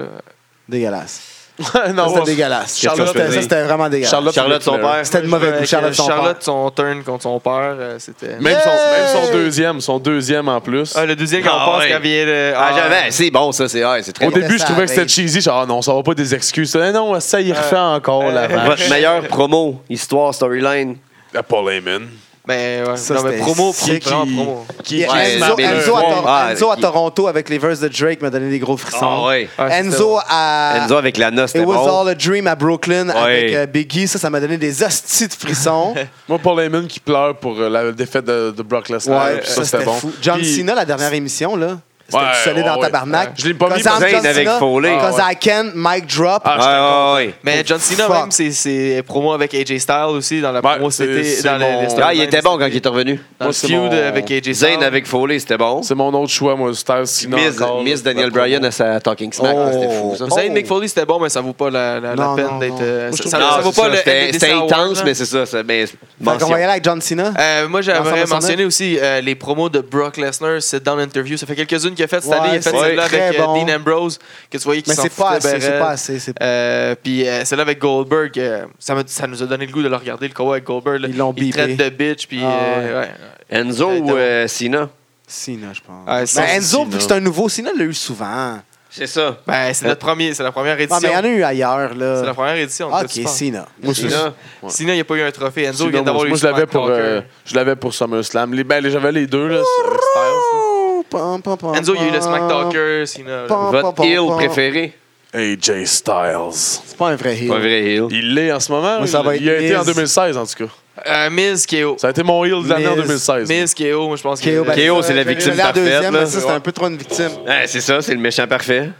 Dégueulasse. Ouais, Ça, non, C'était ouais. dégueulasse. Charlotte, C'était- ça, Flair. c'était vraiment dégueulasse. Charlotte, Charlotte, son Flair. père. C'était de mauvais goût. Avec, Charlotte, euh, son père. Charlotte, son turn contre son père, euh, c'était. Même, son, Yay! même son deuxième, son deuxième en plus. Ah, le deuxième, quand Ah, on pense ouais. qu'elle vient de. Ah, jamais. C'est bon, ça, c'est ouais, c'est très Au bon. début, je trouvais que c'était cheesy. Genre, ah non, ça va pas des excuses. Eh non, ça, il refait encore la vache. Votre meilleure promo, histoire, storyline. La Paul Heyman. Mais ben, ouais, Ça, non, mais c'était promo, sick. promo, vraiment promo. Il y a Ouais, Enzo, mais- Enzo à Ouais. Tor- Ah, Enzo à il- Toronto avec les verses de Drake m'a donné des gros frissons. Ah, ouais. Ouais, c'était- Enzo à Enzo avec la noce, Ah. It c'était Was bon. All a Dream à Brooklyn avec euh, Biggie, ça, ça m'a donné des hosties de frissons. Moi, Paul Heyman qui pleure pour euh, la défaite de, de Brock Lesnar. ouais, puis Euh, ça, c'était bon. fou. John Puis- Cena, la dernière émission, là. C'était Ouais, du solide ouais, en ouais. tabarnak. Je l'ai pas mis Cause I'm parce- John avec Cena, Foley. Cause Ah, I can, mic drop. Ah, Ah, ouais, ouais, ouais. Mais John Cena, Fuck. même ses, ses promos avec AJ Styles aussi, dans la Ouais, promo, c'est- c'était. c'est Dans le- mon- le storyline, Ah, il était bon quand il est revenu. Dans Moi, le c'est feud euh, mon- avec AJ Styles. Zane avec Foley, c'était bon. C'est mon autre choix, moi, Star Cena. Miss, encore, Miss là, Daniel pour la Bryan à sa Talking Smack, Oh. là, c'était fou, ça. Oh. Zayn McFoley, c'était bon, mais ça vaut pas la, la, la Non, peine non, d'être. non. euh, Moi, ça, je trouve ça, que- ça Non, vaut c'est pas ça, le. C'était le c'était Disney Award, intense, là. mais c'est ça. ça, mais Fait qu'on mention. va y aller avec John Cena. Euh, moi, Ensemble, j'aimerais ensemble. mentionner aussi euh, les promos de Brock Lesnar, Sit Down Interview. Ça fait quelques-unes qu'il a fait cette Ouais, année. Il a fait c'est celle-là très avec euh, bon. Dean Ambrose, que tu voyais qu'il Mais s'en c'est pas foutait assez, ben c'est raide. pas assez. c'est- Euh, puis euh, celle-là avec Goldberg, euh, ça, m'a- ça nous a donné le goût de le regarder, le combat avec Goldberg. là. Ils l'ont Il traite bipé. de bitch, puis Ah, euh, ouais. Enzo Ouais, ou euh, Cena? Cena, je pense. Ouais, Ben, c'est- Enzo, vu Cena. que c'est un nouveau, Cena l'a eu souvent. C'est ça. Ben, c'est notre premier, c'est la première Ah, édition. mais il y en a eu ailleurs, C'est la là. première édition. Ah, de Ok, quoi tu parles? Cena. Moi, c'est Cena. Ouais. Sinon, il n'y a pas eu un trophée. Enzo Sinon, vient d'avoir moi, eu moi, je l'avais pour, euh, je l'avais pour SummerSlam. Les, ben, les- j'avais les deux, là, avec Styles. Enzo, Enzo, il y a eu le Smack Talker. Sinon, Pam. Votre pom, heel pom. préféré? AJ Styles. C'est pas un vrai Pas heel. vrai heel. Il l'est en ce moment. Moi, ça il va il a être été en Miz. 2016, en tout cas. euh, Miz KO. Ça a été mon heel de l'année en Miz. 2016. Miz KO, moi, je pense que. KO, ben, KO, ça, c'est la je l'ai- victime je l'ai en parfaite, deuxième, là. mais ça, c'est un peu trop une victime. Ouais, c'est ça, c'est le méchant parfait.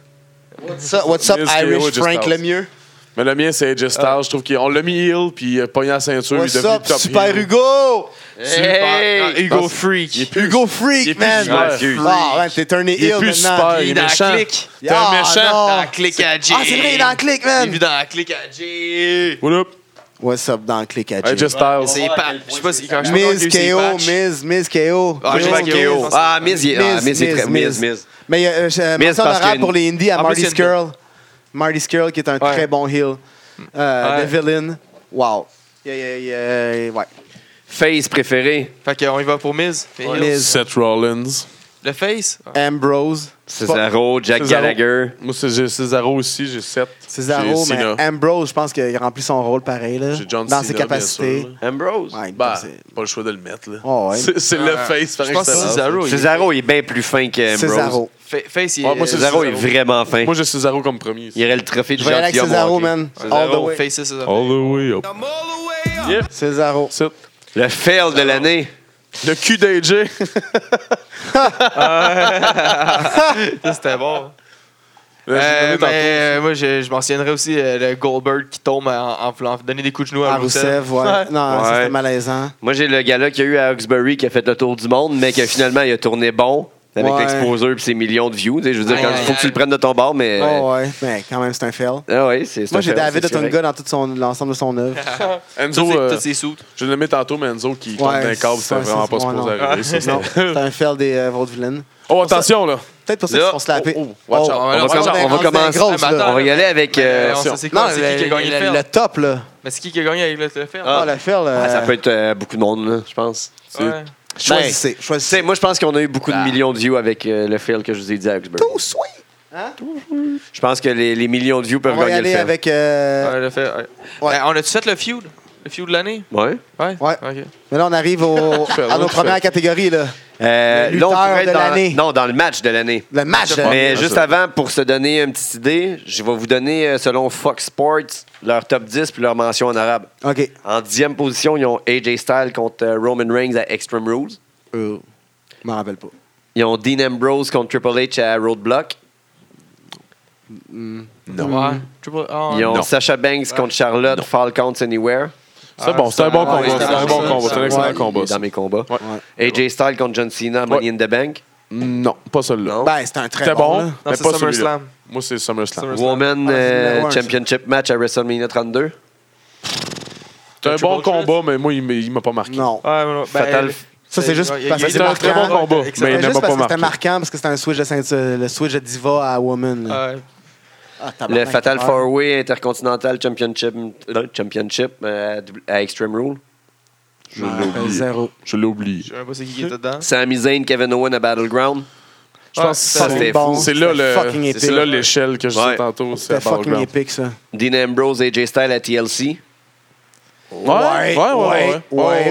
Ça, what's up, Miz, KO, Irish just Frank out. Lemieux? Mais le mien, c'est AJ Styles. Je trouve qu'on l'a mis heel, puis euh, pogné la ceinture, Euh, What's il est devenu up, top Super heel. Hugo? Ah, Super. Ah, Hey! Hugo Parce- Freak. Hugo il est Freak, plus man! super. Ah, ouais, t'es turné Il heel est plus maintenant. super, il Il est est dans la méchant. clique. T'es un Ah, méchant. non. Dans la clique à Jay. Ah, c'est vrai, il est dans la clique, Il est man! vu dans la clique à Jay. What up? What's up dans le clic à AJ Styles. C'est pas. Je sais pas si quand je Miz suis KO, encore vieux, c'est Miz, Miz KO. Ah, Miz j'ai pas KO. Ah, Miz, il- ah, Miz, Miz, c'est Miz, très. Miz, Miz. Miz. Mais euh, je, Miz, mention parce honorable que- pour les indies à en plus, Marty il y a une- Skirl. Marty Skirl, qui est un très bon heel. Euh, Ouais. The Villain. Wow. Yeah, yeah, yeah, ouais. Face préféré. Fait qu'on y va pour Miz. Fait Ouais. heel. Miz. Seth Rollins. Le face. Ah. Ambrose. Cesaro, Jack Cesaro. Gallagher. Moi, c'est- j'ai Cesaro aussi, j'ai 7. Cesaro, mais Cena. Ambrose, je pense qu'il remplit son rôle pareil, là, J'ai John dans Cena, ses bien capacités. sûr, là. Ambrose. Ouais, Bah, comme c'est- pas le choix de le mettre. là. Oh, ouais. C'est c'est le Ouais. face par Je pense que excellence. Cesaro. il- Ah, Cesaro, il est bien plus fin qu'Ambrose. Cesaro. Fa- Face, il Ouais, moi, est. c'est Cesaro est Cesaro. vraiment fin. Moi, j'ai Cesaro comme premier. Il aurait le trophée de Je vais aller avec gentilhomme au Cesaro, hockey. man. All the Cesaro, way. Face, c'est ça. All the way up. Cesaro. C'est- Le fail de l'année. Le cul d'AJ. Ça, C'était bon. Là, je l'ai Euh, nommé tantôt. mais, euh, moi, je, je mentionnerais aussi euh, le Goldberg qui tombe en, en voulant donner des coups de genoux à, Ah, Rousseff, ouais. Non, ça, Ouais. c'était malaisant. Moi, j'ai le gars-là qu'il y a eu à Hawkesbury qui a fait le tour du monde, mais que finalement, il a tourné bon avec Ouais. l'exposeur et ses millions de views. Tu sais, Je veux dire, Aïe, quand aïe, il faut que tu aïe. le prennes de ton bord, mais. Oh, ouais. Mais quand même, c'est un fail. Ah ouais, c'est c'est Moi, un j'ai fail, David c'est correct. Otunga dans tout son- l'ensemble de son œuvre. Enzo, euh, Toutes ses soutes. je l'ai nommé tantôt, mais Enzo qui tombe Ouais, d'un câble, c'était ouais, vraiment c'est- pas ouais, supposé non. arriver. ça, Non, c'était- c'est un fail des euh, vaudevillaines. Oh, attention, là. Peut-être pour ça Là, qu'ils se font slapper. oh, oh, watch out. On va, Ouais, comm- on est on va rendu dans les commencer. grosses, Ah, mais là. attends, on va y aller avec. euh, Euh, on sait c'est Non, quoi, c'est qui qui a gagné le le, le fail. top, là. Mais c'est qui qui a gagné avec le le fail? Ah, le fail. ah, ça euh, peut être euh, beaucoup de monde, là, je pense. c'est- Ouais. Choisissez. Tu sais, Choisissez. moi, je pense qu'on a eu beaucoup de millions de views avec euh, le fail que je vous ai dit à Hawkesbury. Oh, Ah. sweet. Je pense que les, les millions de views peuvent On va y gagner le aller fail. avec. euh, Ouais, le fail, ouais. Ouais. Euh, on a-tu fait le feud? Le feud de l'année? Ouais. Ouais. Ouais. Ok. Mais là, on arrive au- à nos premières catégories, là. Euh, Le là, on pourrait lutteur être de dans- l'année. Non, dans le match de l'année. Le match de Mais bien, juste ça. avant, pour se donner une petite idée, je vais vous donner, euh, selon Fox Sports, leur top 10 puis leur mention en arabe. OK. En dixième position, ils ont AJ Styles contre euh, Roman Reigns à Extreme Rules. Euh, je m'en rappelle pas. Ils ont Dean Ambrose contre Triple H à Roadblock. Ouais. Triple- ah, Ils ont Non. Sasha Banks contre Charlotte, Fall Counts Anywhere. C'était bon, c'était un bon Ah, combat. ouais, C'était un c'était bon ça, combat. ça, C'était un ouais. excellent Il combat. Dans ça. mes combats. Ouais. AJ Styles contre John Cena, Money in the Bank. Non, pas celui-là. Bah, Non. Ben, c'est un très C'était bon, bon. là. Non, mais c'est pas SummerSlam. celui-là. Moi, c'est SummerSlam. SummerSlam. Ah, Woman c'est Ah, le euh, numéro un, ça. Championship match à WrestleMania 32. C'était un Triple bon Threat. combat, mais moi, il m'a- il m'a pas marqué. Non. Ah. Ouais, mais non, ben, Fatal. le- Ça, c'est juste il- parce il- que c'est il- un très bon ouais, combat, excellent. mais C'était il n'a juste pas parce que marqué. c'était marquant, parce que c'était un switch de ceinture, le switch de diva à woman. Euh, là. Ouais. Ah, Le tabarnak, Fatal ouais. Four Way Intercontinental Championship, euh, championship euh, à W- à Extreme Rule. Je Ouais, l'ai oublié. Ah, zéro. Je l'ai oublié. Je sais même pas c'est qui qui était dedans. Sami Zayn, Kevin Owen à Battleground. Je pense que ça, c'est- c'était bon. Ah, c'est là C'était fucking le- épique. c'est là l'échelle que je Ouais. disais tantôt. C'est à C'était fucking Battleground. épique, ça. Dean Ambrose, AJ Styles à TLC. Ouais, ouais, ouais. ouais, ouais, ouais, ouais.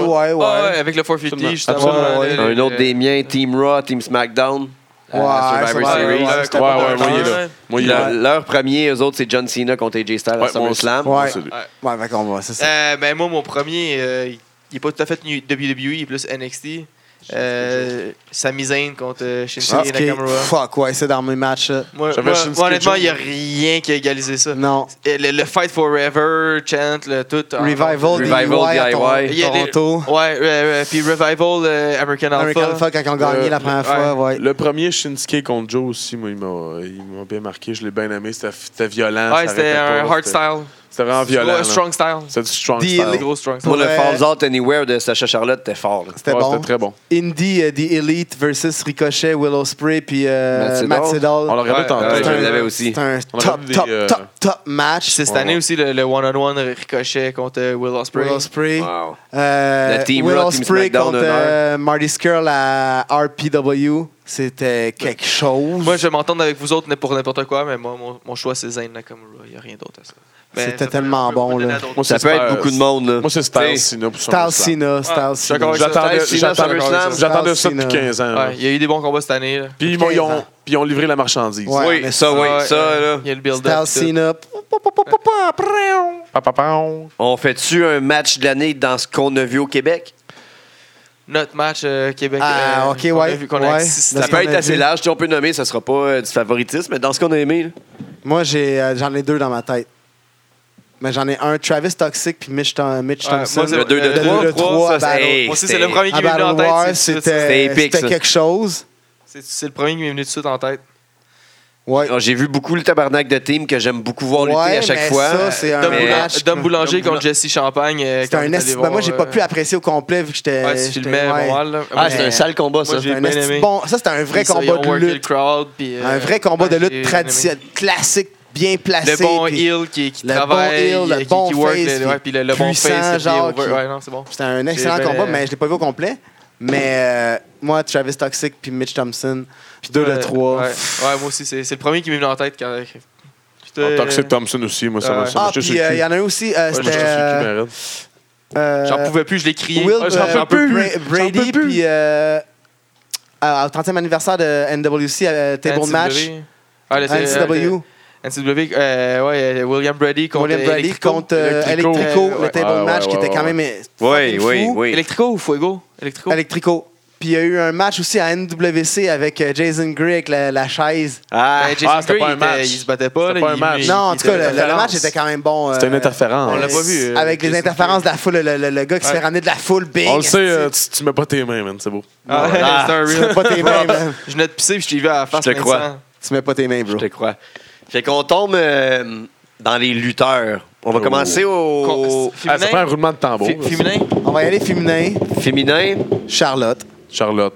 ouais, Ah, ouais. ouais, avec le 450, Absolument. justement. Absolument, ouais. le- le- Euh, Un autre des miens, Team Raw, Team SmackDown. à Ouais, Survivor ça va, Series. ouais, ouais. Ouais, ouais, Ouais, moi, il est là. ouais. Moi, il est là. Le- leur premier, eux autres, c'est John Cena contre AJ Styles à Ouais, moi aussi. SummerSlam. Ouais. C'est lui. Ouais, fait qu'on va, c'est ça. Euh, ben, moi, mon premier, euh, il est pas tout à fait nu- WWE, il est plus NXT. Euh, Sami Zayn contre euh, Shinsuke Ah, Ok, Nakamura. fuck, ouais, c'est dans mes matchs. là. Moi, J'avais moi- Shinsuke moi, honnêtement, Joe. il n'y a rien qui a égalisé ça. Non. Et Le, le Fight Forever, Chant, le tout. en- Revival, Revival DIY à Tor- DIY. Il y a des- Toronto. Ouais, ouais, ouais, puis Revival, euh, American Alpha. American Alpha, quand ils ont gagné Euh, la première ouais. fois, ouais. Le premier Shinsuke contre Joe aussi, moi, il m'a il m'a bien marqué. Je l'ai bien aimé. C'était c'était violent. Ouais, Ah, ça c'était arrêtait un pas, hard c'était- style. C'était Ah, vraiment violent. Ouais, là. strong style. C'était du strong Deal. style. Un gros strong style. Pour le Ouais. Falls Out Anywhere de Sacha Charlotte, c'était fort. là. C'était Ouais, bon. C'était très bon. Indy, euh, The Elite versus Ricochet, Willow Spray, puis euh, Matt Sydal. Matt Sydal. On l'a regardé Ouais, tantôt. ouais, je un- l'avais aussi. C'est un On top, avait des, top, euh, top, top match. C'est cette année aussi le le one-on-one Ricochet contre euh, Will Ospreay. Willow Spray. Wow. Euh, Le Team Will Raw, Team Ospreay SmackDown contre d'honneur. euh, Marty Skrull à RPW. C'était quelque chose. Moi, je vais m'entendre avec vous autres pour n'importe quoi, mais moi, mon, mon choix, c'est Zayn Nakamura. Il n'y a rien d'autre à ça. Mais C'était ça peut- tellement on peut- on peut bon, donner là. à d'autres. Moi, Ça c'est peut être Styles. beaucoup de monde. là. Moi, c'est T'sais, Styles Cena pour Style Cena, SummerSlam. Style Ouais, je suis d'accord Cena. avec ça. J'attendais- Styles Cena, J'attendais SummerSlam. j'attendais ça Styles depuis Cena. 15 ans. là. Ouais, il y a eu des bons combats cette année. Là. Puis ils m'ont- ils 15 ont ans. puis ils ont livré la marchandise. Ouais, Oui, mais ça, Ah oui, ouais, ça, euh, là. Il y a le build-up. Style Cena. Pa, pa, pa. On fait-tu un match de l'année dans ce qu'on a vu au Québec? Notre match euh, Québec. Ah, euh, ok, qu'on a ouais, vu qu'on a ouais. assisté. Dans Ça ce peut qu'on être a assez vu. large, si on peut nommer, ça sera pas euh, du favoritisme, mais dans ce qu'on a aimé. là. Moi, j'ai, euh, j'en ai deux dans ma tête. mais j'en ai un Travis Toxic puis Mitch, Thom- Mitch Ouais, Thompson. Euh, moi, c'est le deux de le trois. deux de trois à ça, Battle- hey, Moi aussi, c'est c'était- le premier à qui m'est venu en Battle tête. War, c'est- c'est- c'était épique, c'était ça. quelque chose. C'est c'est le premier qui m'est venu tout de suite en tête. Ouais. Alors, Ah, J'ai vu beaucoup le tabarnak de team que j'aime beaucoup voir lutter Ouais, à chaque mais fois. ça, c'est un Dom, mais- Boulan- match. Dom Boulanger Dom Boulan- contre Jesse Champagne. euh, C'était quand on un est allé esti- ben, moi, voir, j'ai euh, pas pu apprécier au complet vu que j'étais. Ouais, tu j'étais- filmais ouais. pas mal. là. Ah, Moi, c'est un sale combat, ça. Moi, j'ai un bien esti aimé. bon- Ça, c'était un vrai Ils ont combat de worké le lutte. crowd, puis, euh, Un vrai combat de ouais, lutte j'ai traditionnel, classique, bien placé. Le bon puis heel qui, qui le travaille, euh, bon heel, le qui, bon qui work, face, le, ouais, puis puis le, le bon puissant, face, qui est genre, over. qui- Ouais, non, c'est bon. C'était un excellent J'ai bien- combat, mais je l'ai pas vu au complet. Mais euh, moi, Travis Toxic puis Mitch Thompson, puis 2 Ouais, le 3. Euh, Ouais, ouais, moi aussi, c'est c'est le premier qui m'est venu en tête quand. euh, Putain, En tant que c'est Thompson aussi, moi, ça m'a Ah, ça m'a Ah, jeté sur puis le euh, il cul. y en a un aussi, euh, Ouais, moi, je c'était. suis euh, mais arrête. euh, J'en pouvais plus, je l'ai crié. Will, Ah, j'en euh, peux plus. Bra- J'en peux Brady, plus. puis euh, à- au 30e anniversaire de NWC, euh, Table NCW. Match, Ah, le- NCW, le- NCW, euh, ouais, euh, William Brady contre. William Brady Electrico. contre euh, Electrico. Electrico, le Ouais, Table ouais, Match ouais, qui ouais, était quand ouais. même. Oui, fucking oui, fou. oui. Electrico ou Fuego Electrico. Electrico. Puis il y a eu un match aussi à NWC avec euh, Jason Gray avec la, la chaise. Ah, Ben, Jason ah, c'était Gray, pas un il était- match. Il se battait pas. C'était là, pas un il- match. il- non, en il tout cas, était- le, le match était quand même bon. euh, C'était une interférence. On l'a pas vu, euh, avec les Jason interférences de la foule, le, le- le gars qui se Ouais. fait ramener de la foule, bing. On le sait, euh, tu tu tu mets pas tes mains, man, c'est beau. Ah, ouais, Ah. c'était un tu real. mets pas tes mains, man. Je venais de pisser puis je t'ai vu à la face. te crois. Vincent. Tu mets pas tes mains, bro. je te crois. Fait qu'on tombe euh, dans les lutteurs. On va Oh. commencer au Ah, ça prend un Féminin. roulement de tambour. Fé- Féminin. On va y aller féminin. féminin. Charlotte. Charlotte.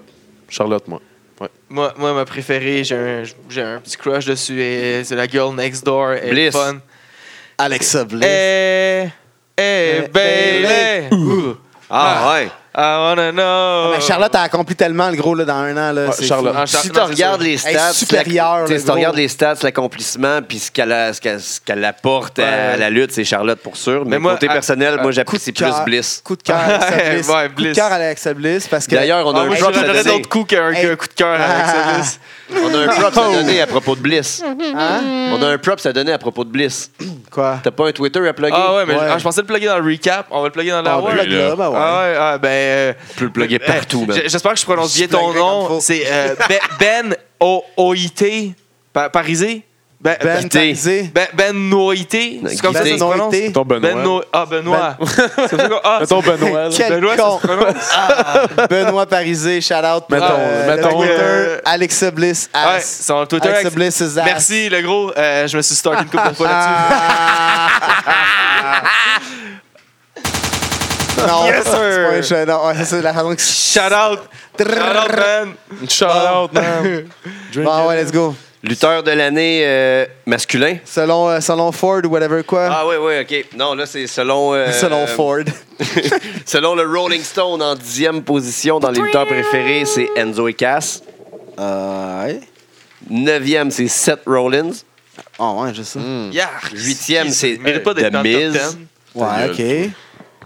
Charlotte, moi. Ouais. Moi, moi, ma préférée, j'ai un, j'ai un petit crush dessus. et C'est la girl next door. Elle est Bliss. fun. Eh, Alexa Bliss. Eh, Hey, hey, Bailey. Bailey. Ooh, Ah, ouais. I wanna know. Ah, Mais Charlotte a accompli tellement, le gros, là, dans un an. Là, Ouais, c'est Charlotte. fou. Ah, Char- Si tu non, c'est regardes ça. les Elle est stats, supérieure, la- le t'sais, si tu gros. regardes les stats, l'accomplissement, puis ce qu'elle a- ce qu'elle- ce qu'elle apporte à Ouais. la lutte, c'est Charlotte pour sûr. Mais, Mais moi, côté à- personnel, à- moi Coup de j'apprécie plus cœur- Bliss. Coup de cœur à Alexa Bliss. Ouais, Coup de Bliss. cœur à Alexa Bliss. Parce que. D'ailleurs, on a Ah, un moi, je prop à donnerais donner. d'autres coups qu'un Hey. qu'un coup de cœur avec ça. Bliss. On a un prop à donner à propos de Bliss. Hein? On a un prop à donner à propos de Bliss. Quoi? T'as pas un Twitter à plugger? Ah ouais, mais Ouais. ah, je pensais le plugger dans le recap. On va le plugger dans la Ah, on war. plug là. là, ben ouais. Ah ouais, ah, ben. euh, Tu peux le plugger ben, partout, man. j'- J'espère que je prononce bien ton pluggerai comme faut. nom. C'est euh, Ben- Ben O- Oité. Pa- Parisé? Ben Ben Guité. Taizé. Ben, ben Noité. C'est comme ça que ça se Guité. prononce? Noité. Mettons Benoît. Ben No- Ah, Benoît. C'est comme ça qu'on- ah, Mettons c'est- Benoît. là. Quel Benoît, con. ça se Ah, prononce? Benoît Parisé, shout out. Mettons, euh, mettons, le Twitter, euh, Alexa Bliss, ass. Ouais, sur le Twitter. Alexa ex- Bliss, is ass. Merci, le gros. Euh, je me suis starté une couple de fois là-dessus. Ah. Non, Yes, c'est pas un sir. shout out. Ouais, ça, c'est la façon que. Shout out. Shout out, euh, Ben. man. Shout out, man. Bon, ouais, let's go. Lutteur de l'année euh, masculin. Selon, euh, selon Ford ou whatever quoi. Ah ouais, ouais, OK. Non, là, c'est selon... euh, selon Ford. selon le Rolling Stone, en dixième position dans les lutteurs préférés, c'est Enzo et Cass. Euh, ouais. Neuvième, c'est Seth Rollins. Oh, ouais, juste ça. Hmm, Yark. Hmm. Huitième, Il c'est mérite pas d'être The dans le Miz. top 10. Ouais, Ta gueule. ok.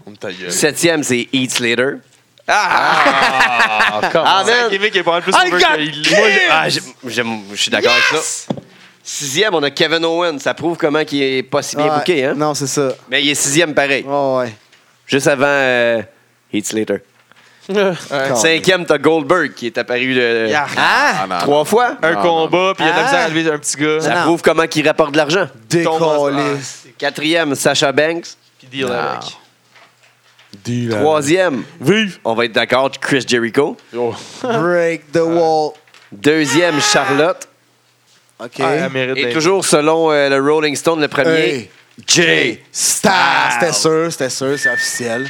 On ta gueule. Septième, c'est Heath Slater. Ah, Ah, come Ah, on. c'est un man. gimmick qui est pas mal plus I over got que il Moi, est. j'ai- ah, j'ai- j'aime- je suis d'accord avec ça. Sixième, on a Kevin Owens. Ça prouve comment il est pas si bien Ouais. booké, hein? Non, c'est ça. Mais il est sixième pareil. Oh, ouais. Juste avant euh, Heath Slater. Calme. Cinquième, t'as Goldberg qui est apparu de- Yark. Ah! non, trois fois. Un non, combat, puis il a de la misère Ah. à lever un petit gars. Ça non. prouve comment il rapporte de l'argent. Décollé. Quatrième, Sacha Banks. Puis Ah, deal avec. Dis la- Troisième, Vive! on va être d'accord, Chris Jericho. Oh. Break the Ah. wall. Deuxième, Charlotte. Ok. Ah, elle mérite Et d'être- toujours selon euh, le Rolling Stone, le premier, Hey. Jay. Star! C'était sûr, c'était sûr, c'est officiel.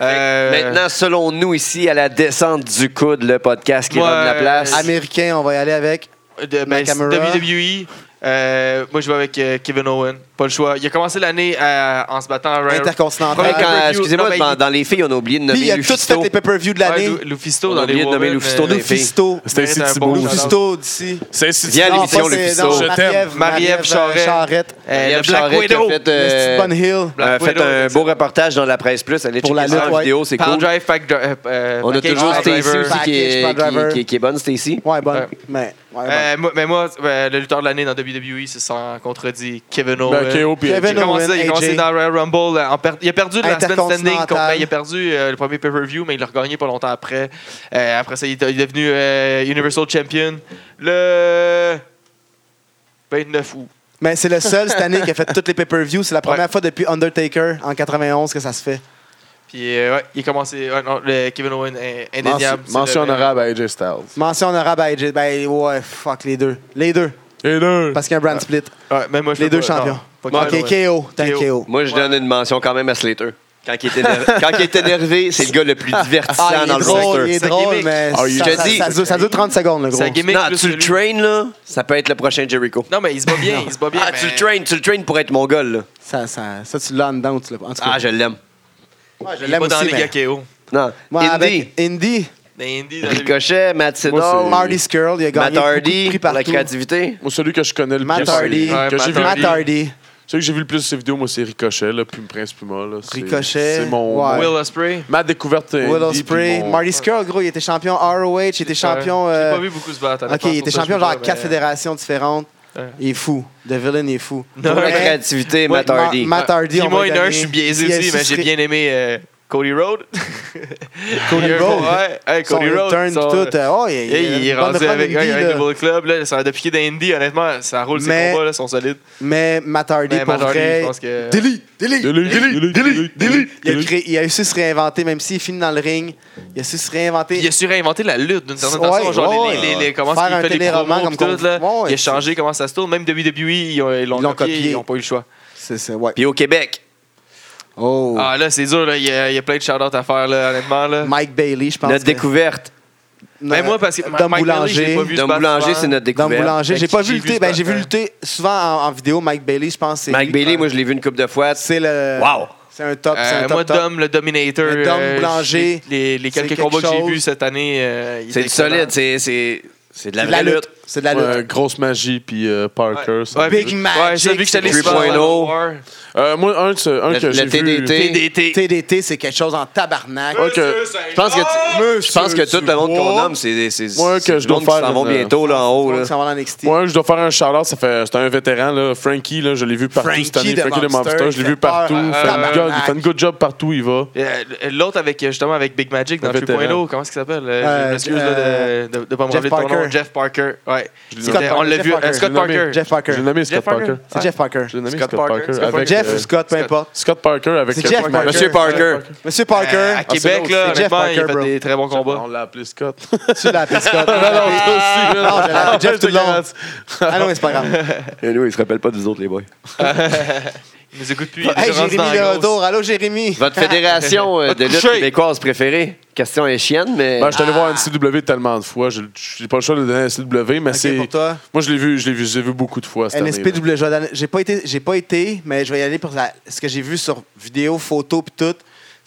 Euh, Maintenant, selon nous ici, à la descente du coude, le podcast qui Ouais. rend de la place. Ah, Américain, on va y aller avec. Euh, de, ben, c'est Nakamura. WWE. euh, moi, je vais avec euh, Kevin Owen. Pas le choix. Il a commencé l'année euh, en se battant à Royal- Intercontinental. Hey, Premier quand- pay-per-view, non, ben, Euh, Excusez-moi, mais dans, il- dans les filles, on a oublié de Puis il nommer a tous fait Lufisto. les pay-per-views de l'année. Ouais, Lu- Lufisto On a dans les oublié de nommer Women, Lufisto euh, des filles. Lufisto. C'était mérite ici un Thibault. bon shout-out. Lufisto d'ici. C'est ici Viens à Non, l'émission, pas c'est- Lufisto. non, Je Marie-Ève- t'aime. Marie-Ève Marie-Ève Charette. Charette. Euh, Marie-Ève le Black Charest qui a Widow. fait, Le euh, petit Bonne Hill. a Black fait Widow, un exact. beau reportage dans la presse plus. Allez Pour checker la ça lutte, en ouais. vidéo, c'est Pound cool. Drive, Pack Dri- euh, euh, On a Package toujours Driver. Stacy aussi qui est, Package driver. qui, qui- qui est bonne, Stacy. Ouais, bonne. Ouais. Mais, ouais, Euh, moi- mais moi, euh, le lutteur de l'année dans WWE, c'est sans contredit Kevin Owen. Ben, KO puis Kevin Il a Owen. AJ. commencé, il a AJ. commencé dans Royal Rumble. euh, en per- Il a perdu la semaine standing. Intercontinental. contre- ben, il a perdu euh, le premier pay-per-view, mais il l'a regagné pas longtemps après. Euh, après ça, il est, il est devenu euh, Universal Champion le 29 août. Mais c'est le seul cette année qui a fait toutes les pay-per-views. C'est la première fois depuis Undertaker en 91 que ça se fait. Puis, euh, ouais, il a commencé. ouais, non, le Kevin Owen, euh, indéniable. Mention, mention c'est le- honorable à AJ Styles. Mention honorable à AJ. Ben ouais, fuck les deux. Les deux. Et là, Parce qu'il y a un brand split. Ouais, même moi, je Les fais deux pas- champions. non, pas ok, Kevin Owen. KO. T'as un KO. Moi, je donne une mention quand même à Slater. Quand il est énervé, quand il est énervé, c'est le gars le plus divertissant Ah, il dans est le drôle, il roster. est Sa drôle, gimmick. mais Ah, il- ça, Je ça- dis- ça dure, ça dure 30 secondes, le gros. Sa gimmick. Non, plus tu que le lui. train là, ça peut être le prochain Jericho. Non, mais il se bat bien. Il se bat bien. Ah, mais- tu le train, tu le train pour être mon gars là. Ça, ça, ça, tu l'as en dedans ou tu l'as pas. En tout cas, Ah, je l'aime. moi, je Il est l'aime pas dans aussi, les mais... gars KO. Non, Moi, Indy, avec Indy, Dans Indy, dans les- Ricochet, Matt Moi, Sydal, c'est- Marty Skrull, il a Matt gagné beaucoup de Hardy prix pour la partout. créativité. moi, celui que je connais le Matt plus. Hardy. c'est- Que Ouais, j'ai vu, Matt Hardy, celui que j'ai vu le plus de ses vidéos, moi, c'est Ricochet, là, puis Prince Puma. Là. C'est- Ricochet, C'est mon. ouais. mon- Will Ospreay. Ma découverte. euh, indie, Will Ospreay, puis mon- Marty Skrull, gros, il était champion ROH, il était champion... Ouais, euh, J'ai pas vu beaucoup se battre. Ok, il était champion genre à quatre fédérales. fédérations différentes. Ouais. Il est fou. The Villain, il est fou. Non, Pour la Mais- créativité, Ouais, Matt Hardy. Ma- Matt Hardy, on Dis-moi va une donner- heure, je suis biaisé Il a aussi, mais j'ai souscrit- bien aimé euh, Cody Road. Cody Rhodes. Ouais, hey, Son Cody Road. return, son- tout. euh, Oh, il, Hey, il est bonne rendu run avec indie, ouais, il y a là. un double club. Là, ça, depuis qu'il est d'Indy, honnêtement, ça roule Mais- ses combats, là, sont solides. Mais Matt Hardy, Mais pour Matt Hardy, vrai... je pense que- Delete, delete, Delete, delete, delete, delete, Il a, delete. créé- il a su se réinventer, même s'il finit dans le ring. Il a su se réinventer. Puis il a su réinventer la lutte d'une certaine Ouais, façon. Genre, ouais, les, les, les, ouais. comment Faire il un fait les téléroman promos, comme puis qu'on- tout, là. Ouais, ouais, il a changé comment ça se tourne. Même WWE, ils ont- ils Ils l'ont l'ont copié. copié. Ils n'ont pas eu le choix. C'est ça, ouais. Puis au Québec, Oh. Ah, là, c'est dur. là. Il y, a, il y a plein de shout-outs à faire, là, honnêtement. Là. Mike Bailey, je pense. notre que- découverte. Mais Ben, moi, parce que Dom Ma- Mike Bailey, je l'ai Boulanger. pas vu se Dom battre Boulanger, souvent. c'est notre Dom découverte. Boulanger. J'ai Fait pas que j'ai vu vu lutter. ce Ben, j'ai vu matin. lutter souvent en, en vidéo. Mike Bailey, je pense. c'est lui. Mike Bailey, moi je l'ai vu une coupe de fois. C'est le. Wow! C'est un top. c'est Euh, un top. moi, top. Dom, le Dominator. Le Dom euh, Boulanger, Les, les c'est quelques quelque combats que j'ai chose. vus cette année. euh, il C'est était du solide, excellent. c'est c'est- c'est de la C'est de la vraie lutte. lutte. C'est de la Ouais, lutte. grosse magie, puis euh, Parker. ça- Ouais, Big puis- Magic, Ouais, j'ai vu que j'étais allé souvent à 3.0. War. Euh, moi, un, de ceux- un Le- que le j'ai vu. TDT. TDT. TDT, c'est quelque chose en tabarnak. Ouais, que- Je pense que, tu- je pense que tout le monde qu'on Dubois. nomme, c'est c'est- c'est- Moi, c'est que du je dois monde qui faire s'en vont une- euh, bientôt là, en Oh, haut. Faut là. que Ça va en NXT. Moi, je dois faire un shout-out. ça fait- C'était un vétéran, là, Frankie, là, je l'ai vu partout Frankie cette année. the Frankie le Monster, Monster, je l'ai il vu fait peur, partout. Il euh, fait une good- tabarnak. il fait une good job partout où il va. Euh, L'autre avec euh, justement avec Big Magic dans Le vétéran. 3.0, comment est-ce qu'il s'appelle Euh, Je Euh, m'excuse euh, là, de, de, de pas me Jeff rappeler de ton nom. Parker. Jeff Parker. Ouais. l'ai C'était- nommé. on l'a Scott vu. Parker. euh, Scott Je l'ai nommé. Parker. Jeff Parker. Je l'ai nommé Scott Jeff Parker. Parker. C'est Jeff Parker. Je l'ai nommé Scott Scott Parker. Parker. Scott avec, Jeff euh, ou Scott, peu Scott. importe. Scott Parker avec C'est euh, Jeff Parker. Monsieur Parker. Monsieur Parker, Euh, à Québec, Ah, c'est là, l'autre, c'est Jeff honnêtement, il a Parker, fait bro. des très bons combats. On l'a appelé Scott. tu l'appelles Scott. Ah, non, je l'appelle Jeff je te tout le long. garantis. Ah non, mais c'est pas grave. il se rappelle pas des autres, les boys. Il nous écoute plus. il est Hey, déjà rendu dans Jérémy la de grosse. retour. Allô, Jérémy. Votre fédération euh, de lutte Touché. québécoise préférée? Question est chienne, mais. Ben, je suis allé voir NCW tellement de fois. Je n'ai pas le choix de donner NCW, mais Ok, c'est. pour toi. Moi, je l'ai vu, je l'ai vu, je l'ai vu beaucoup de fois cette année. là. NSPW Jordan. J'ai pas été, j'ai pas été, mais je vais y aller pour la- ce que j'ai vu sur vidéo, photo puis tout.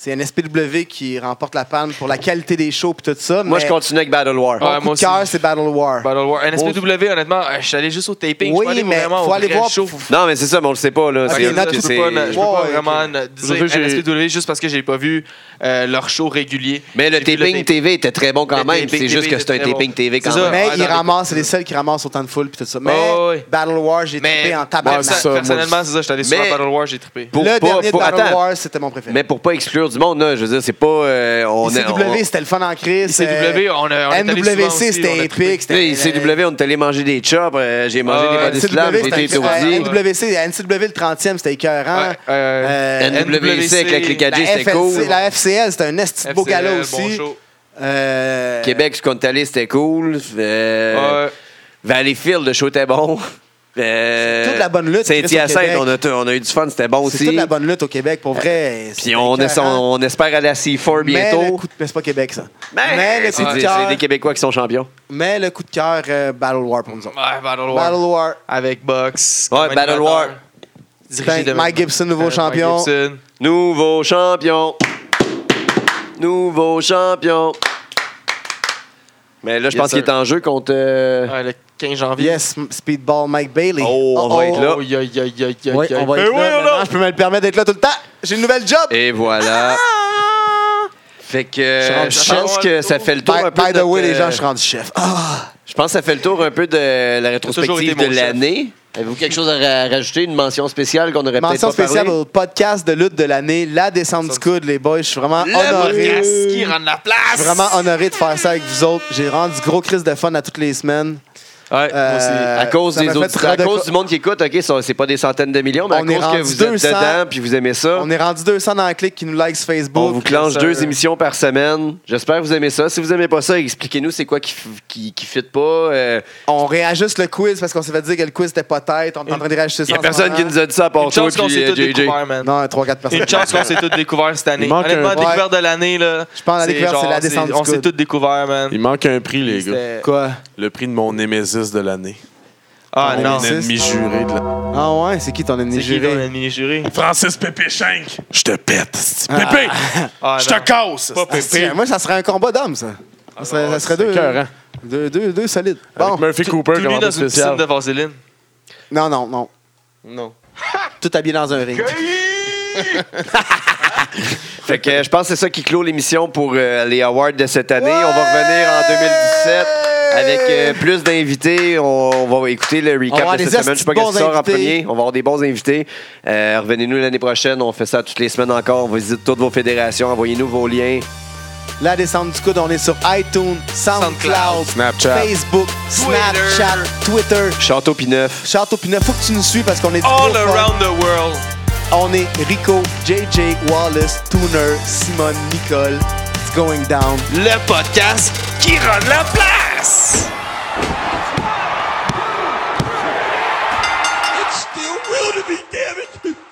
C'est NSPW qui remporte la palme pour la qualité des shows puis tout ça. moi, mais je continue avec Battle War. Ouais, mon coup moi de cœur, aussi. c'est Battle War. Battle War. NSPW, honnêtement, euh, je suis allé juste au Oui, taping. je suis pas allé mais vraiment faut au aller vrai voir- show. faut- Non, mais c'est ça, mais on le sait pas. Là. Ok, C'est- là, tu je peux c'est- peux pas, je peux pas Ouais, ok. vraiment euh, dire Aujourd'hui, j'ai- NSPW juste parce que j'ai pas vu euh, leur show régulier. Mais le J'ai vu taping TV était très bon quand Le même. taping C'est juste TV que c'est un était très taping bon. TV quand C'est ça. même. mais Ah, ils dans les- ramassent, c'est les seuls qui ramassent autant de foule puis tout ça. Mais Ouais, ouais. Battle War, j'ai Mais trippé en perso- tabarnak. Ouais, ça, moi personnellement, aussi. c'est ça. Je suis allé sur Mais- Battle War, j'ai trippé. Pour- le pour- dernier pour- Battle attends. War, c'était mon préféré. Mais pour pas exclure du monde, là, je veux dire, c'est pas. euh, on est- on- ICW, c'était le fun en crise. euh, ICW, on a- on est allé souvent aussi, NWC, on a c'était trippé. épique. c'était- euh, Là, CW, on est allé manger des chops, euh, j'ai mangé Ah, des body slams, NCW, j'ai été c'était étourdi. incroyable. NWC, à NCW, le 30e, c'était écœurant. Ouais, euh, Euh, NWC avec la clique à La, Jay, FLC c'était cool. la FCL, c'était un esti beau FCL, gala bon aussi. show. Euh, Québec, ce qu'on est allé, c'était cool. Euh, Ouais. Valleyfield, le show était bon. Euh, C'est toute la bonne lutte, Chris, au Saint-Hyacinthe, Québec. on a, t- on a eu du fun, c'était bon C'est aussi. Euh, toute la bonne lutte au Québec, pour vrai. Puis on, est- on espère aller à C4 Mais bientôt. le coup de... mais c'est pas Québec, ça. Mais- Mais le coup c'est de des- cœur- c'est des Québécois qui sont champions. Mais le coup de cœur, euh, Battle War pour nous autres. Ouais, Battle War. Battle War. Avec Box. Ouais, comme Battle War. animateur. Dirigé Thank de- ben, Mike Gibson, nouveau Euh, champion. Mike Gibson. Nouveau champion. Nouveau champion. Mais là, je Yes, pense qu'il est sir. en jeu contre. euh, Ouais, le 15 janvier. Yes, M- Speedball Mike Bailey. Oh, on va être là. Oh, yo, yo, yo, yo, Oui, yo. on va être là. Mais oui, on Maintenant, a- je peux me le permettre d'être là tout le temps. J'ai une nouvelle job. Et voilà. Fait que euh, Ah! Je je suis rendu- pense que ça fait le tour By, un peu. by de the way, notre, les gens, euh, je suis rendu chef. Ah, je pense que ça fait le tour un peu de la rétrospective de été mon chef. l'année. Avez-vous quelque chose à ra- rajouter, une mention spéciale qu'on aurait peut-être mention pas spéciale parlé? au podcast de lutte de l'année, La Descente du Coude, les boys. Je suis vraiment honoré. podcast qui rend la place. Je suis vraiment honoré de faire ça avec vous autres. J'ai rendu gros crise de fun à toutes les semaines. Ouais, moi aussi. Euh, à cause, ça des m'a fait auditeurs, à redeco- cause du monde qui écoute, OK, ça, c'est pas des centaines de millions, mais On est à cause que rendu vous 200. êtes dedans puis vous aimez ça, On est rendu 200 dans la clique qui nous like sur Facebook. on vous clenche Ça- deux émissions par semaine. J'espère que vous aimez ça. Si vous aimez pas ça, expliquez-nous c'est quoi qui, f- qui, qui fit pas. euh, On réajuste le quiz parce qu'on s'est fait dire que le quiz était pas tête. On est en train de réajuster ça. Il y a en personne ce qui nous a dit ça à part Une toi chance qu'on puis s'est euh, tous JJ. découvert, man. moment. Non, 3-4 personnes. Une chance qu'on s'est tous découvert cette année. Il manque Honnêtement, la un- découverte de l'année, là. Je pense que la découverte, c'est la descente du On s'est coude. tous découvert, man. Il manque un prix, les gars. C'était- Quoi? Le prix de mon Némésis de l'année. Ah On non. Mon est- ennemi juré de la... Ah ouais, c'est qui ton ennemi C'est qui juré? ton ennemi juré? Francis Pépé 5. Je te pète. sti. Pépé, Ah, je non. te casse. Pas Ah, tiens, Moi, ça serait un combat d'hommes, ça. Ça serait, ça serait deux, Cœur, hein? euh, deux, deux, deux solides. Bon, Avec Murphy Cooper Tout comme nu dans entrée une piscine spéciale. de Vaseline. non, non, non. Non. Tout habillé dans un ring. Fait que euh, je pense que c'est ça qui clôt l'émission pour euh, les awards de cette année. On va revenir en 2017 avec euh, plus d'invités. On, on va écouter le On va recap avoir de des cette semaine. Je sais pas qu'est-ce qui bons sort en invités. premier. On va avoir des bons invités. Euh, Revenez-nous l'année prochaine. On fait ça toutes les semaines encore. On visite toutes vos fédérations. Envoyez-nous vos liens. La descente du coude, on est sur iTunes, SoundCloud, SoundCloud, Snapchat. Facebook, Snapchat, Twitter. Château Pineuf. Château Pinot, faut que tu nous suis parce qu'on est du All gros fun. around the world. On est Rico, JJ, Wallace, Tooner, Simone, Nicole. It's going down. Le podcast qui rend la place! It's still real to me, damn it!